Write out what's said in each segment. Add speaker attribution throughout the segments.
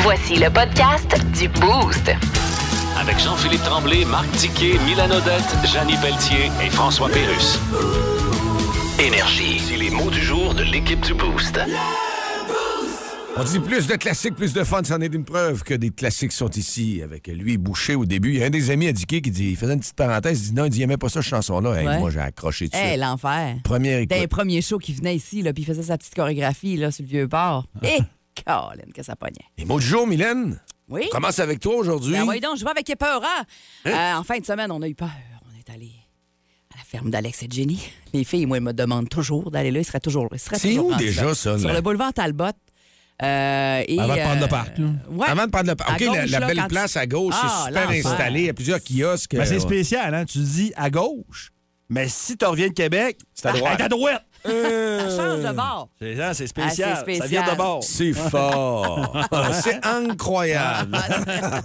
Speaker 1: Voici le podcast du Boost.
Speaker 2: Avec Jean-Philippe Tremblay, Marc Tiquet, Milan Odette, Janine Pelletier et François Pérus. Énergie. C'est les mots du jour de l'équipe du Boost.
Speaker 3: On dit plus de classiques, plus de fun, c'en est une preuve que des classiques sont ici. Avec lui, Boucher, au début, il y a un des amis indiqué qui dit, il faisait une petite parenthèse, il dit non, il dit, il aimait pas ça, cette chanson-là. Hey,
Speaker 4: Ouais.
Speaker 3: Moi, j'ai accroché dessus.
Speaker 4: Hey, l'enfer.
Speaker 3: Première
Speaker 4: C'était les
Speaker 3: écoute.
Speaker 4: premiers shows qui venait ici, là, puis il faisait sa petite chorégraphie là, sur le vieux port.
Speaker 3: Ah.
Speaker 4: Et Colin, que ça pognait.
Speaker 3: Les mots du jour, Mylène,
Speaker 4: Oui.
Speaker 3: on commence avec toi aujourd'hui.
Speaker 4: Ben, voyons donc, je vais avec Épeurant.
Speaker 3: Hein?
Speaker 4: Euh, en fin de semaine, on a eu peur. On est allé à la ferme d'Alex et de Jenny. Les filles, moi, ils me demandent toujours d'aller là. Ils seraient toujours là. Ils seraient
Speaker 3: C'est
Speaker 4: toujours
Speaker 3: où
Speaker 4: rendus
Speaker 3: déjà,
Speaker 4: là.
Speaker 3: ça,
Speaker 4: Sur
Speaker 3: là?
Speaker 4: le boulevard Talbot. Euh, et,
Speaker 3: Avant de prendre
Speaker 4: euh,
Speaker 3: le parc, là.
Speaker 4: ouais.
Speaker 3: Avant de prendre le
Speaker 4: À
Speaker 3: parc. OK, la,
Speaker 4: gauche,
Speaker 3: la
Speaker 4: là, quand
Speaker 3: belle
Speaker 4: tu-
Speaker 3: place à gauche,
Speaker 4: Ah,
Speaker 3: c'est super
Speaker 4: l'enfer.
Speaker 3: installé. Il y a plusieurs kiosques.
Speaker 5: Ben, c'est
Speaker 3: euh,
Speaker 5: spécial, hein? Tu dis à gauche, mais si tu reviens de Québec,
Speaker 3: C'est à droite.
Speaker 5: à droite.
Speaker 4: Ça change de bord.
Speaker 5: C'est
Speaker 4: Ah,
Speaker 5: ça, c'est
Speaker 4: c'est
Speaker 5: spécial. Ça
Speaker 4: spécial.
Speaker 5: vient de bord.
Speaker 3: C'est fort. c'est incroyable.
Speaker 4: Ah, ben,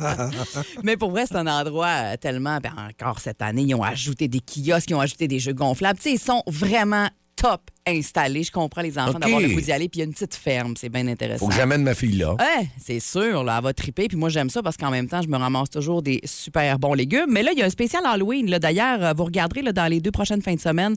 Speaker 4: Mais pour vrai, c'est un endroit euh, tellement. ben, encore cette année, ils ont ajouté des kiosques, ils ont ajouté des jeux gonflables. Tu sais, ils sont vraiment top installés. Je comprends les enfants
Speaker 3: OK.
Speaker 4: d'avoir le goût d'y aller. Puis il y a une petite ferme, c'est bien intéressant.
Speaker 3: Faut que j'amène ma fille là.
Speaker 4: Ouais, c'est sûr, là, elle va triper. Puis moi, j'aime ça parce qu'en même temps, je me ramasse toujours des super bons légumes. Mais là, il y a un spécial Halloween. là. D'ailleurs, euh, vous regarderez là, dans les deux prochaines fins de semaine,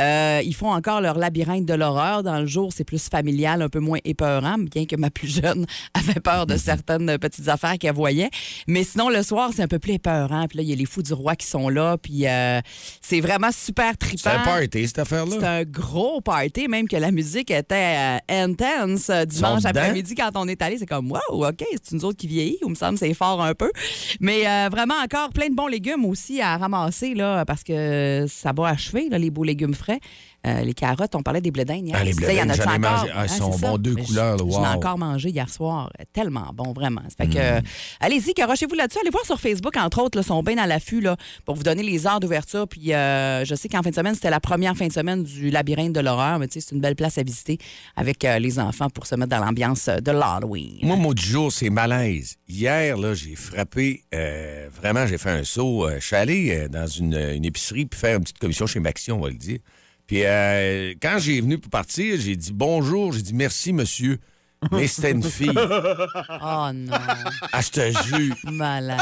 Speaker 4: euh, ils font encore leur labyrinthe de l'horreur. Dans le jour, c'est plus familial, un peu moins épeurant, bien que ma plus jeune avait peur
Speaker 3: Mhm.
Speaker 4: de certaines petites affaires qu'elle voyait. Mais sinon, le soir, c'est un peu plus épeurant. Puis là, il y a les fous du roi qui sont là. Puis euh, c'est vraiment super trippant.
Speaker 3: C'est un party, cette affaire-là.
Speaker 4: C'est un gros party, même que la musique était euh, intense euh, dimanche
Speaker 3: sont dedans?
Speaker 4: après-midi quand on est allé. C'est comme, wow, OK, c'est nous autres qui vieillit, ou me semble, c'est fort un peu. Mais euh, vraiment encore plein de bons légumes aussi à ramasser, là, parce que ça va achever, là, les beaux légumes frais. Euh, les carottes, on parlait des blés d'Inde hier.
Speaker 3: Ah, les
Speaker 4: Tu
Speaker 3: blés
Speaker 4: sais, il y en
Speaker 3: d'Inde,
Speaker 4: a-tu
Speaker 3: j'en ai
Speaker 4: encore?
Speaker 3: mangé. Ah, ils
Speaker 4: Hein,
Speaker 3: sont
Speaker 4: c'est
Speaker 3: bons,
Speaker 4: ça.
Speaker 3: deux
Speaker 4: Mais je-
Speaker 3: couleurs, là,
Speaker 4: Je
Speaker 3: wow.
Speaker 4: l'ai encore mangé hier soir. euh, Tellement bon, vraiment. Ça fait que, euh, allez-y, carochez vous là-dessus. Allez voir sur Facebook, entre autres, là, sont bien à l'affût là, pour vous donner les heures d'ouverture. Puis euh, je sais qu'en fin de semaine, c'était la première fin de semaine du labyrinthe de l'horreur. Mais tu sais, c'est une belle place à visiter avec euh, les enfants pour se mettre dans l'ambiance euh, de l'Halloween.
Speaker 3: Moi, mot du jour, c'est malaise. Hier, là, j'ai frappé. euh, vraiment, j'ai fait un saut. euh, je suis allé euh, dans une, une épicerie puis faire une petite commission chez Maxi, on va le dire. Puis euh, quand j'ai venu pour partir, j'ai dit bonjour, j'ai dit merci, monsieur. Mais c'était une fille.
Speaker 4: Oh non,
Speaker 3: Ah, je te jure.
Speaker 4: malaise.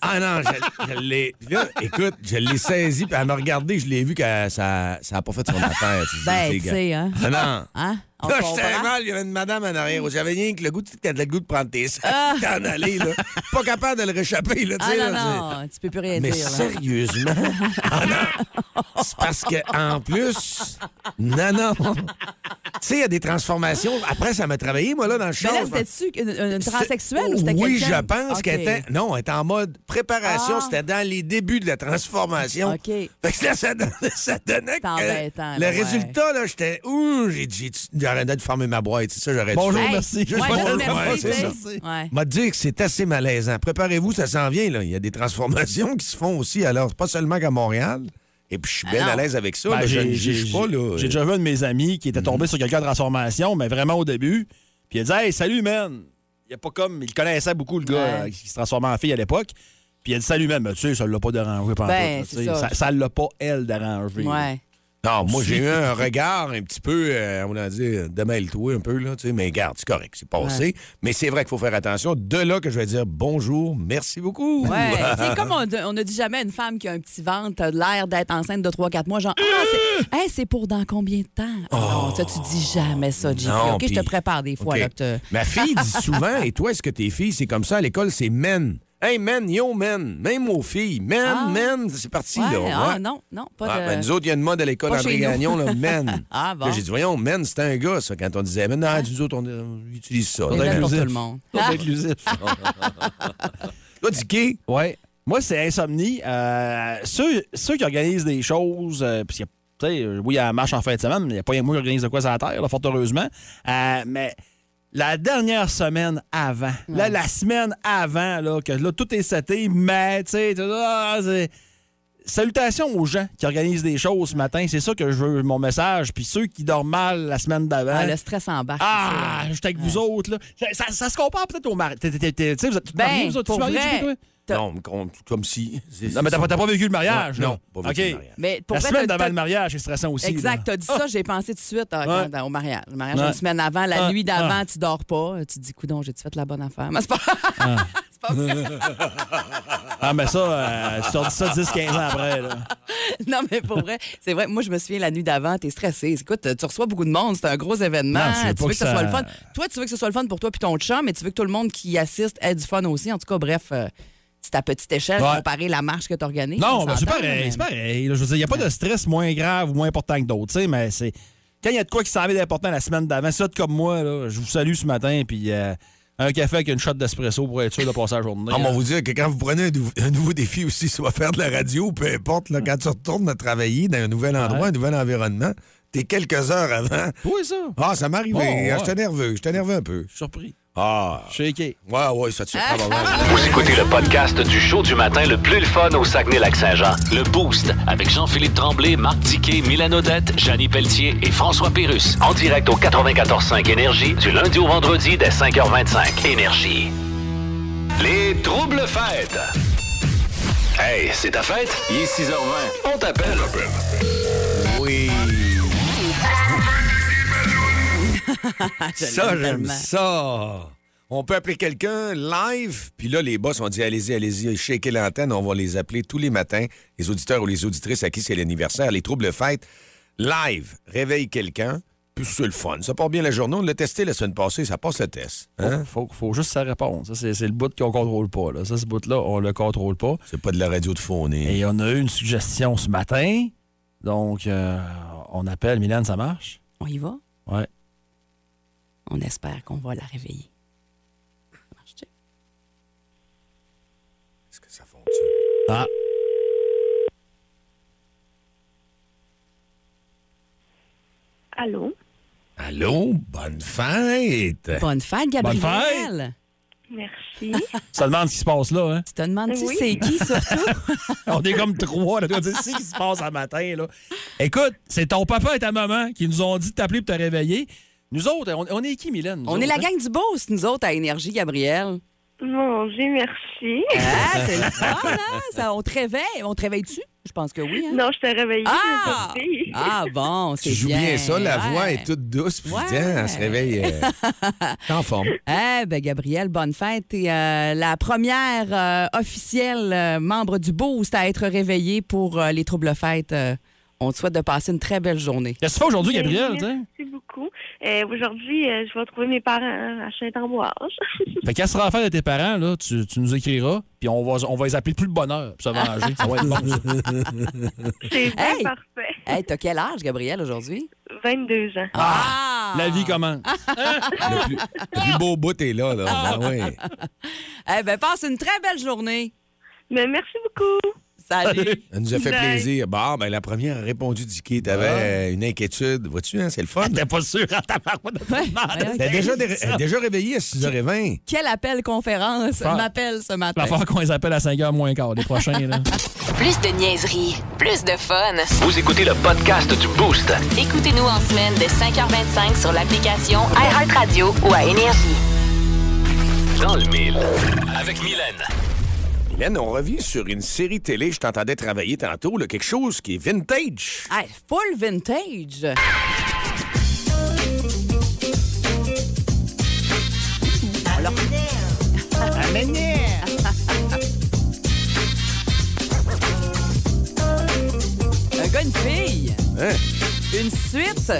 Speaker 3: Ah non, je, je l'ai. Puis là, écoute, je l'ai saisie, puis elle m'a regardé, je l'ai vu que ça n'a pas fait son affaire. tu sais,
Speaker 4: Ben,
Speaker 3: tu
Speaker 4: tu sais, hein?
Speaker 3: Ah non.
Speaker 4: Hein? On
Speaker 3: Là,
Speaker 4: comprend? Mm.
Speaker 3: j'étais mal, il y avait une madame en arrière. J'avais rien que le goût, tu sais, t'as le goût de prendre tes sacs, t'en aller, là. Pas capable de le réchapper, là, tu
Speaker 4: Ah
Speaker 3: sais.
Speaker 4: non,
Speaker 3: là, c'est-
Speaker 4: non, tu peux plus rien
Speaker 3: Mais
Speaker 4: dire. là.
Speaker 3: sérieusement, Ah non. c'est parce que en plus, non, non. Tu sais, il y a des transformations. Après, ça m'a travaillé, moi, là, dans le show.
Speaker 4: Mais là, c'était-tu une, une- une transsexuelle
Speaker 3: C'est-
Speaker 4: ou c'était
Speaker 3: Oui,
Speaker 4: quelqu'un?
Speaker 3: je pense
Speaker 4: OK.
Speaker 3: qu'elle était. Non, elle était en mode préparation.
Speaker 4: Ah.
Speaker 3: C'était dans les débuts de la transformation.
Speaker 4: OK.
Speaker 3: Fait que là, ça, don- ça donnait que.
Speaker 4: C'est embêtant,
Speaker 3: le
Speaker 4: là, ouais.
Speaker 3: résultat, là, j'étais. Ouh, j'ai dit, j'ai- j'aurais dû fermer ma boîte. C'est ça, j'aurais dû.
Speaker 5: Bonjour,
Speaker 3: faire.
Speaker 4: Hey,
Speaker 5: merci.
Speaker 4: ouais,
Speaker 5: Juste
Speaker 4: juste
Speaker 5: bonjour,
Speaker 4: merci,
Speaker 3: ouais,
Speaker 4: tu sais.
Speaker 5: c'est ça.
Speaker 4: Ouais.
Speaker 3: M'a dire que c'est assez malaisant. Préparez-vous, ça s'en vient, là. Il y a des transformations qui se font aussi. Alors, c'est pas seulement qu'à Montréal. Et puis, je suis bien
Speaker 4: Ah, non.
Speaker 3: à l'aise avec ça.
Speaker 5: Ben,
Speaker 3: là, je ne
Speaker 5: j'ai-
Speaker 3: juge
Speaker 5: j'ai-
Speaker 3: pas, là.
Speaker 5: J'ai déjà vu un de mes amis qui était tombé sur quelqu'un de transformation, mais vraiment au début. Puis il a dit Hey, salut, man. Il a pas comme. Il connaissait beaucoup le gars
Speaker 4: Ouais.
Speaker 5: euh, qui se transformait en fille à l'époque. Puis il a dit Salut, man. Mais tu sais, ça l'a pas dérangé pendant
Speaker 4: Ben,
Speaker 5: tout, là,
Speaker 4: c'est
Speaker 5: tu sais.
Speaker 4: ça.
Speaker 5: Ça- Ça l'a pas, elle, dérangé.
Speaker 4: Ouais.
Speaker 3: Non, moi, j'ai eu un regard un petit peu, euh, on va dire, démêle-toi un peu, là, tu sais, mais garde, c'est correct, c'est passé. Mais c'est vrai qu'il faut faire attention. De là que je vais dire bonjour, merci beaucoup.
Speaker 4: Ouais, tu sais, comme on, de- on ne dit jamais à une femme qui a un petit ventre, a l'air d'être enceinte de 3-4 mois, genre, ah,
Speaker 3: Euh!
Speaker 4: c'est hey, c'est pour dans combien de temps? Ah non, ça, tu dis jamais ça, JP.
Speaker 3: Oh. Non,
Speaker 4: OK,
Speaker 3: puis-
Speaker 4: je te prépare des fois.
Speaker 3: OK.
Speaker 4: Là, que te-
Speaker 3: Ma fille dit souvent, et toi, est-ce que tes filles, c'est comme ça à l'école, c'est men. Hey, men, yo, men. Même aux filles. Men,
Speaker 4: Ah.
Speaker 3: men, c'est parti,
Speaker 4: Ouais,
Speaker 3: là.
Speaker 4: ah,
Speaker 3: ouais.
Speaker 4: non, non, pas
Speaker 3: Ah,
Speaker 4: de...
Speaker 3: ben, nous autres, il y a une mode à l'école
Speaker 4: pas
Speaker 3: André
Speaker 4: chez nous.
Speaker 3: Gagnon, là, men.
Speaker 4: Ah, bon.
Speaker 3: Là, j'ai dit, voyons, men, c'est un gars, ça, quand on disait, men, non, nous autres, on, euh, on utilise ça.
Speaker 4: Il y en a
Speaker 3: Là,
Speaker 4: pour tout le monde.
Speaker 5: Pas inclusif.
Speaker 3: dis, Guy,
Speaker 5: Ouais. Moi, c'est insomnie. Euh, ceux, ceux qui organisent des choses, euh, parce que, tu sais, euh, oui, il y a la marche en fin de semaine, mais il n'y a pas rien moi qui organise de quoi sur la terre, là, fort heureusement. Euh, mais la dernière semaine avant, là, la semaine avant, là, que là, tout est seté, mais, tu sais, tout- ah, c'est- Salutations aux gens qui organisent des choses ce matin. C'est ça que je veux, mon message. Puis ceux qui dorment mal la semaine d'avant.
Speaker 4: Ah, le stress embarque.
Speaker 5: Ah, j'étais avec vous autres, là. Ça, ça- ça se compare peut-être au mari. T'es- t'es- t'es- t'es- Tu sais, vous êtes tous
Speaker 4: Ben,
Speaker 5: mariés, vous autres,
Speaker 4: pour
Speaker 5: tu es marié,
Speaker 4: vrai.
Speaker 5: JP, toi?
Speaker 4: T'as-
Speaker 3: Non, mais com- comme si. c'est-
Speaker 5: Non, mais t'as pas, t'as pas vécu le mariage.
Speaker 3: Ouais,
Speaker 5: là.
Speaker 3: non, pas vécu
Speaker 5: OK.
Speaker 3: le mariage.
Speaker 4: Mais pour
Speaker 5: La
Speaker 4: vrai,
Speaker 5: semaine
Speaker 4: t'as-
Speaker 5: d'avant le mariage, c'est stressant aussi.
Speaker 4: Exact,
Speaker 5: là.
Speaker 4: t'as dit ça, j'ai pensé tout de suite ah,
Speaker 5: Ouais.
Speaker 4: quand- au mariage. Le mariage,
Speaker 5: Ouais.
Speaker 4: une semaine avant, la
Speaker 3: Ah.
Speaker 5: Ouais.
Speaker 4: nuit d'avant, tu dors pas. Tu te dis, coudon, j'ai-tu fait la bonne affaire? Mais c'est pas... c'est pas
Speaker 3: Hum.
Speaker 4: vrai.
Speaker 5: Ah, mais ça, euh, tu t'en dis ça 10-15 ans après. Là.
Speaker 4: non, mais pour vrai, c'est vrai. Moi, je me souviens, la nuit d'avant, t'es stressé. Écoute, tu reçois beaucoup de monde, c'est un gros événement.
Speaker 5: Non, tu veux pas
Speaker 4: veux
Speaker 5: que
Speaker 4: que, ce
Speaker 5: ça-
Speaker 4: soit le fun. Toi, tu veux que ce soit le fun pour toi puis ton chum, mais tu veux que tout le monde qui y assiste ait du fun aussi. En tout cas, bref, euh, c'est à petite échelle,
Speaker 5: Ouais.
Speaker 4: comparer la marche que t'organises.
Speaker 5: Non,
Speaker 4: on
Speaker 5: ben, c'est
Speaker 4: s'entend,
Speaker 5: pareil.
Speaker 4: mais-
Speaker 5: C'est pareil. là. je veux dire, il n'y a pas de stress moins grave ou moins important que d'autres, tu sais, mais c'est. Quand il y a de quoi qui s'en vient d'important la semaine d'avant, c'est ça de comme moi, là, je vous salue ce matin, puis euh, un café avec une shot d'espresso pour être sûr de passer la journée.
Speaker 3: Ah, mais
Speaker 5: là.
Speaker 3: on va vous dire que quand vous prenez un, nou- un nouveau défi aussi, soit faire de la radio, peu importe, là, quand tu retournes à travailler dans un nouvel endroit, un nouvel environnement, t'es quelques heures avant.
Speaker 5: Oui, ça.
Speaker 3: Ah, ça m'est arrivé.
Speaker 5: Oh, ouais.
Speaker 3: Ah, J'étais nerveux. J'étais nerveux un peu.
Speaker 5: Surpris.
Speaker 3: Ah.
Speaker 5: Shaké.
Speaker 3: Ouais, ouais, ça te surprend pas
Speaker 5: Ah.
Speaker 3: mal.
Speaker 2: Vous écoutez le podcast du show du matin le plus le fun au Saguenay-Lac-Saint-Jean. Le Boost avec Jean-Philippe Tremblay, Marc Tiquet, Milan Odette, Janine Pelletier et François Pérus. En direct au 94.5 Énergie du lundi au vendredi dès 5h25. Énergie. Les troubles fêtes. Hey, c'est ta fête? Il est 6h20. On t'appelle.
Speaker 3: Oui. ça,
Speaker 4: l'aime
Speaker 3: j'aime
Speaker 4: tellement.
Speaker 3: ça. On peut appeler quelqu'un live, puis là, les boss ont dit allez-y, allez-y, shakez l'antenne. On va les appeler tous les matins, les auditeurs ou les auditrices à qui c'est l'anniversaire, les troubles fêtes. Live, réveille quelqu'un, puis c'est le fun. Ça part bien la journée. On l'a testé la semaine passée, ça passe le test. Hein?
Speaker 5: Faut, faut juste sa réponse. Ça, c'est, c'est le bout qu'on contrôle pas. Là. Ça, ce bout-là, on le contrôle pas.
Speaker 3: C'est pas de la radio de fournée.
Speaker 5: Et on a eu une suggestion ce matin. Donc, euh, on appelle Mylène, ça marche?
Speaker 4: On y va?
Speaker 5: Ouais.
Speaker 4: On espère qu'on va la réveiller. Ça marche-tu?
Speaker 3: Est-ce que ça fonctionne?
Speaker 5: Ah.
Speaker 6: Allô?
Speaker 3: Allô, bonne fête!
Speaker 4: Bonne fête,
Speaker 5: Bonne
Speaker 4: Gabriel.
Speaker 5: fête.
Speaker 6: Merci.
Speaker 5: Ça demande ce qui se passe là, hein?
Speaker 4: Tu te demandes si
Speaker 6: Oui.
Speaker 4: c'est qui, surtout?
Speaker 5: On est comme trois, là. On dit, c'est qui se passe un matin, là. Écoute, c'est ton papa et ta maman qui nous ont dit de t'appeler pour te réveiller. Nous autres, on, on est qui, Mylène? nous
Speaker 4: On est
Speaker 5: autres,
Speaker 4: la
Speaker 5: hein?
Speaker 4: gang du Beauce, nous autres, à Énergie, Gabriel.
Speaker 6: Mon Dieu, merci.
Speaker 4: Ah, c'est le fun, hein? Ça, on te réveille. On te réveille-tu? Je pense que oui. hein?
Speaker 6: Non, je t'ai réveillée.
Speaker 4: Ah!
Speaker 6: j'ai dormi.
Speaker 4: Ah bon, c'est
Speaker 3: Tu joues bien, ça, la voix est toute douce, puis
Speaker 4: Ouais.
Speaker 3: tiens, elle se réveille. euh,
Speaker 5: hein?
Speaker 3: t'es en forme.
Speaker 4: Eh bien, Gabriel, bonne fête. T'es euh, la première euh, officielle euh, membre du Boost à être réveillée pour euh, les troubles fêtes. Euh, on te souhaite de passer une très belle journée.
Speaker 5: Qu'est-ce que tu fais aujourd'hui, Gabriel? tu sais?
Speaker 6: Merci beaucoup. Euh, Aujourd'hui, euh, je vais retrouver mes parents à Saint-Amboise.
Speaker 5: Fait qu'à ce sera affaire de tes parents, là, tu, tu nous écriras, puis on va, on va les appeler plus le bonheur, puis ça va manger. Ça va être bon. ça.
Speaker 6: C'est bien
Speaker 4: Hey!
Speaker 6: parfait.
Speaker 4: Hey, t'as quel âge, Gabriel, aujourd'hui?
Speaker 6: 22 ans.
Speaker 4: Ah!
Speaker 5: La vie commence.
Speaker 3: Le plus, le plus beau bout est là. là. Ah ouais.
Speaker 4: Eh bien, passe une très belle journée.
Speaker 6: Mais merci beaucoup.
Speaker 4: Salut.
Speaker 3: Elle nous a fait
Speaker 6: Bye.
Speaker 3: plaisir. Bah, ben, la première a répondu, Dicky, t'avais
Speaker 4: Ah.
Speaker 3: euh, une inquiétude. Vois-tu, hein, c'est le fun.
Speaker 5: T'es pas sûr à ta maman de
Speaker 4: Ouais. Ouais.
Speaker 3: T'es déjà, dé- elle est déjà réveillée à 6h20.
Speaker 4: Quel appel conférence
Speaker 5: Fort.
Speaker 4: m'appelle ce matin?
Speaker 5: La fois qu'on les appelle à 5h moins quart, les prochains, là.
Speaker 1: Plus de niaiserie, plus de fun.
Speaker 2: Vous écoutez le podcast du Boost.
Speaker 1: Écoutez-nous en semaine de 5h25 sur l'application iHeartRadio ou à Énergie.
Speaker 2: Dans le mille. Avec Mylène.
Speaker 3: Hélène, on revient sur une série télé. Je t'entendais travailler tantôt. là, quelque chose qui est vintage.
Speaker 4: Hey, full vintage. Un gars, une fille.
Speaker 3: Hein?
Speaker 4: Une suite.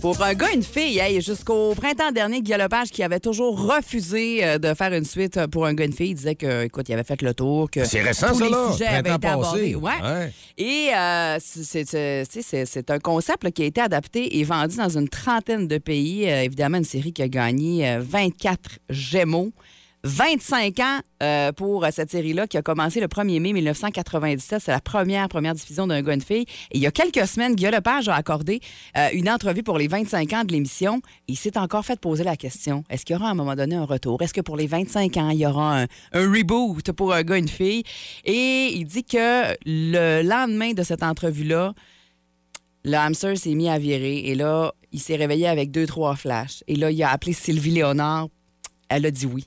Speaker 4: Pour un gars, une fille. Hey, Jusqu'au printemps dernier, Guy Lepage, qui avait toujours refusé euh, de faire une suite euh, pour un gars, une fille, il disait que, écoute, il avait fait le tour, que
Speaker 3: C'est récent,
Speaker 4: tous
Speaker 3: ça,
Speaker 4: les
Speaker 3: là.
Speaker 4: sujets avaient été
Speaker 3: Printemps
Speaker 4: abordés.
Speaker 3: passé.
Speaker 4: Ouais.
Speaker 3: Ouais.
Speaker 4: Et euh, c'est- c'est- c'est tu sais, c'est- c'est un concept là, qui a été adapté et vendu dans une trentaine de pays. Euh, évidemment, une série qui a gagné euh, 24 Gémeaux. 25 ans euh, pour euh, cette série-là qui a commencé le 1er mai 1997. C'est la première, première diffusion d'un gars, une fille. Et il y a quelques semaines, Guillaume Lepage a accordé euh, une entrevue pour les 25 ans de l'émission. Il s'est encore fait poser la question, est-ce qu'il y aura à un moment donné un retour? Est-ce que pour les 25 ans, il y aura un, un reboot pour un gars, une fille? Et il dit que le lendemain de cette entrevue-là, le hamster s'est mis à virer et là, il s'est réveillé avec deux, trois flashs. Et là, il a appelé Sylvie Léonard. Elle a dit oui.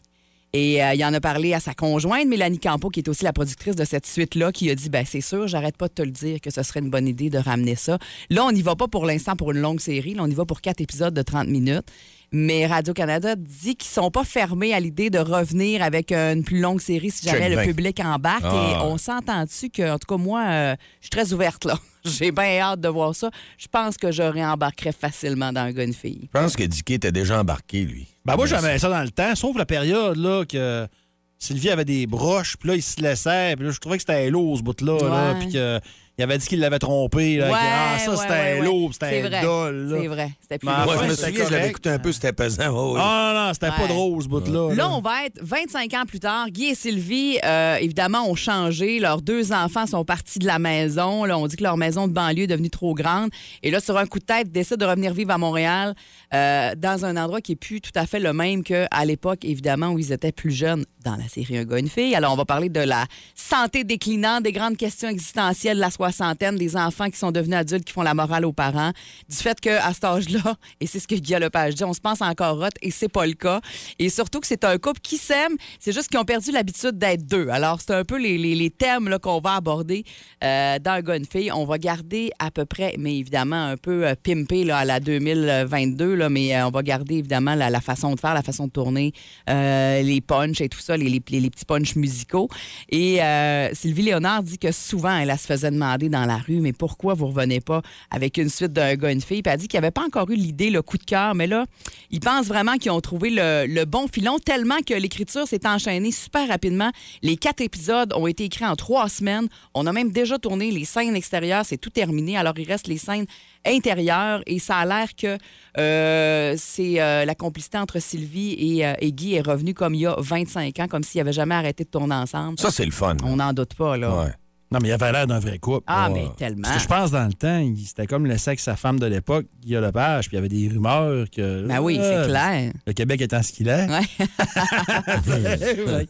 Speaker 4: Et euh, il en a parlé à sa conjointe, Mélanie Campo, qui est aussi la productrice de cette suite-là, qui a dit ben c'est sûr, j'arrête pas de te le dire que ce serait une bonne idée de ramener ça. Là, on n'y va pas pour l'instant pour une longue série. Là, on y va pour quatre épisodes de 30 minutes. Mais Radio-Canada dit qu'ils sont pas fermés à l'idée de revenir avec euh, une plus longue série si jamais
Speaker 3: Check
Speaker 4: le
Speaker 3: bien.
Speaker 4: public embarque.
Speaker 3: Ah.
Speaker 4: Et on s'entend-tu que, en tout cas, moi, euh, je suis très ouverte, là. J'ai bien hâte de voir ça. Je pense que je réembarquerais facilement dans un gars, une fille.
Speaker 3: Je pense que Dicky était déjà embarqué, lui.
Speaker 5: Ben moi,
Speaker 3: Mais
Speaker 5: j'aimais ça dans le temps, sauf la période là que Sylvie avait des broches, puis là, il se laissait, puis là, je trouvais que c'était lourd, ce bout-là, là,
Speaker 4: Ouais.
Speaker 5: puis que il avait dit qu'il l'avait trompé, là, que, ah, ça,
Speaker 4: ouais,
Speaker 5: c'était
Speaker 4: ouais, ouais.
Speaker 5: lourd, c'était
Speaker 4: C'est vrai.
Speaker 5: dole, là.
Speaker 4: C'est vrai. C'était plus
Speaker 5: Mais
Speaker 4: lourd.
Speaker 3: Moi, je me
Speaker 5: c'était
Speaker 3: souviens, je l'avais
Speaker 5: correct.
Speaker 3: écouté un peu, c'était pesant. Oh, oui.
Speaker 5: Ah non, non, c'était
Speaker 4: Ouais.
Speaker 5: pas drôle, ce bout-là.
Speaker 4: Là, on va être 25 ans plus tard. Guy et Sylvie, euh, évidemment, ont changé. Leurs deux enfants sont partis de la maison. Là, on dit que leur maison de banlieue est devenue trop grande. Et là, sur un coup de tête, décident de revenir vivre à Montréal, euh, dans un endroit qui est plus tout à fait le même qu'à l'époque, évidemment, où ils étaient plus jeunes dans la série Un gars, une fille. Alors, on va parler de la santé déclinante, des grandes questions existentielles de la soixantaine, des enfants qui sont devenus adultes, qui font la morale aux parents, du fait qu'à cet âge-là, et c'est ce que Guy Lepage dit, on se pense encore hot et c'est pas le cas. Et surtout que c'est un couple qui s'aime, c'est juste qu'ils ont perdu l'habitude d'être deux. Alors, c'est un peu les, les- les thèmes là, qu'on va aborder euh, dans Un gars, une fille. On va garder à peu près, mais évidemment un peu euh, pimpé là, à la 2022, là, mais euh, on va garder évidemment la, la façon de faire, la façon de tourner, euh, les punchs et tout ça, les, les- les- les petits punchs musicaux. Et euh, Sylvie Léonard dit que souvent, elle, elle se faisait demander dans la rue, mais pourquoi vous revenez pas avec une suite d'un gars, une fille? Puis elle dit qu'il n'y avait pas encore eu l'idée, le coup de cœur, mais là, ils pensent vraiment qu'ils ont trouvé le, le bon filon tellement que l'écriture s'est enchaînée super rapidement. Les quatre épisodes ont été écrits en trois semaines. On a même déjà tourné les scènes extérieures, c'est tout terminé. Alors, il reste les scènes intérieures et ça a l'air que euh, c'est euh, la complicité entre Sylvie et, euh, et Guy est revenue comme il y a 25 ans, comme s'ils n'avaient jamais arrêté de tourner ensemble.
Speaker 3: Ça, c'est le fun.
Speaker 4: On n'en doute pas, là.
Speaker 3: Ouais.
Speaker 5: Non, mais il avait l'air d'un vrai couple.
Speaker 4: Ah,
Speaker 5: là.
Speaker 4: mais tellement.
Speaker 5: Parce que je pense, dans le temps, il- c'était comme le sexe sa femme de l'époque, Guy Lepage, puis il y avait des rumeurs que...
Speaker 4: Ben oui,
Speaker 5: euh,
Speaker 4: c'est clair.
Speaker 5: Le Québec étant ce qu'il est. Ouais.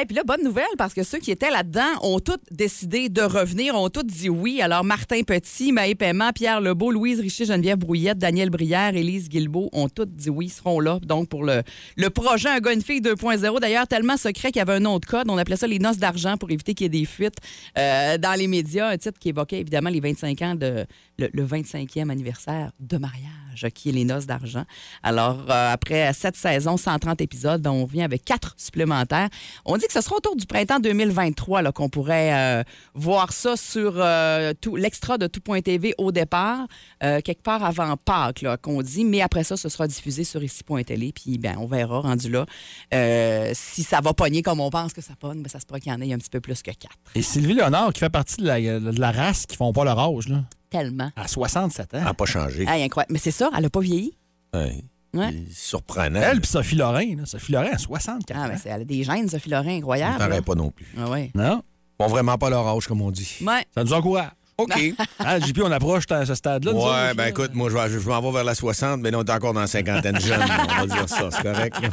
Speaker 4: Et puis là, bonne nouvelle, parce que ceux qui étaient là-dedans ont tous décidé de revenir, ont tous dit oui. Alors, Martin Petit, Maë Paiement, Pierre Lebeau, Louise Richer, Geneviève Brouillette, Daniel Brière, Élise Guilbeault ont tous dit oui, ils seront là. Donc, pour le, le projet Un gars, une fille 2.0, d'ailleurs, tellement secret qu'il y avait un nom de code. On appelait ça les noces d'argent pour éviter qu'il y ait des fuites euh, dans les médias. Un titre qui évoquait évidemment les 25 ans de, le, le 25e anniversaire de mariage, qui est les noces d'argent. Alors, euh, après sept saisons, 130 épisodes, ben, on revient avec quatre supplémentaires. On dit que ce sera autour du printemps 2023 là, qu'on pourrait euh, voir ça sur euh, tout, l'extra de tout.tv au départ, euh, quelque part avant Pâques, là, qu'on dit. Mais après ça, ce sera diffusé sur ici.tv. Puis, ben, on verra, rendu là, euh, si ça va pogner comme on pense que ça pogne, ben, ça se pourrait qu'il y en ait un petit peu plus que quatre.
Speaker 5: Et Sylvie Léonard, qui fait partie de la, de la race qui font pas leur âge, là,
Speaker 4: Tellement.
Speaker 5: à 67 ans.
Speaker 3: Elle n'a pas changé.
Speaker 4: Hey, incroyable. Mais c'est ça, elle n'a pas vieilli.
Speaker 3: Ouais.
Speaker 4: Ah. Ouais.
Speaker 3: C'est Surprenant.
Speaker 5: Elle puis Sophie Lorrain. là. Sophie Lorrain à 64
Speaker 4: Ah, ben,
Speaker 5: ans.
Speaker 4: c'est- elle a des gènes, Sophie Lorrain,
Speaker 3: ne
Speaker 4: incroyable.
Speaker 3: t'aurais
Speaker 4: là.
Speaker 3: pas non plus.
Speaker 4: Ah ouais.
Speaker 5: Non?
Speaker 3: Ils ont vraiment pas leur âge, comme on dit.
Speaker 4: Ouais.
Speaker 5: Ça nous encourage.
Speaker 3: OK.
Speaker 5: Ah, JP, on approche à ce stade-là. nous
Speaker 3: ouais,
Speaker 5: autres. euh,
Speaker 3: ben écoute, moi, je, vais- je m'en vais vers la 60, mais là, on est encore dans la cinquantaine jeune. On va dire ça, c'est correct. là.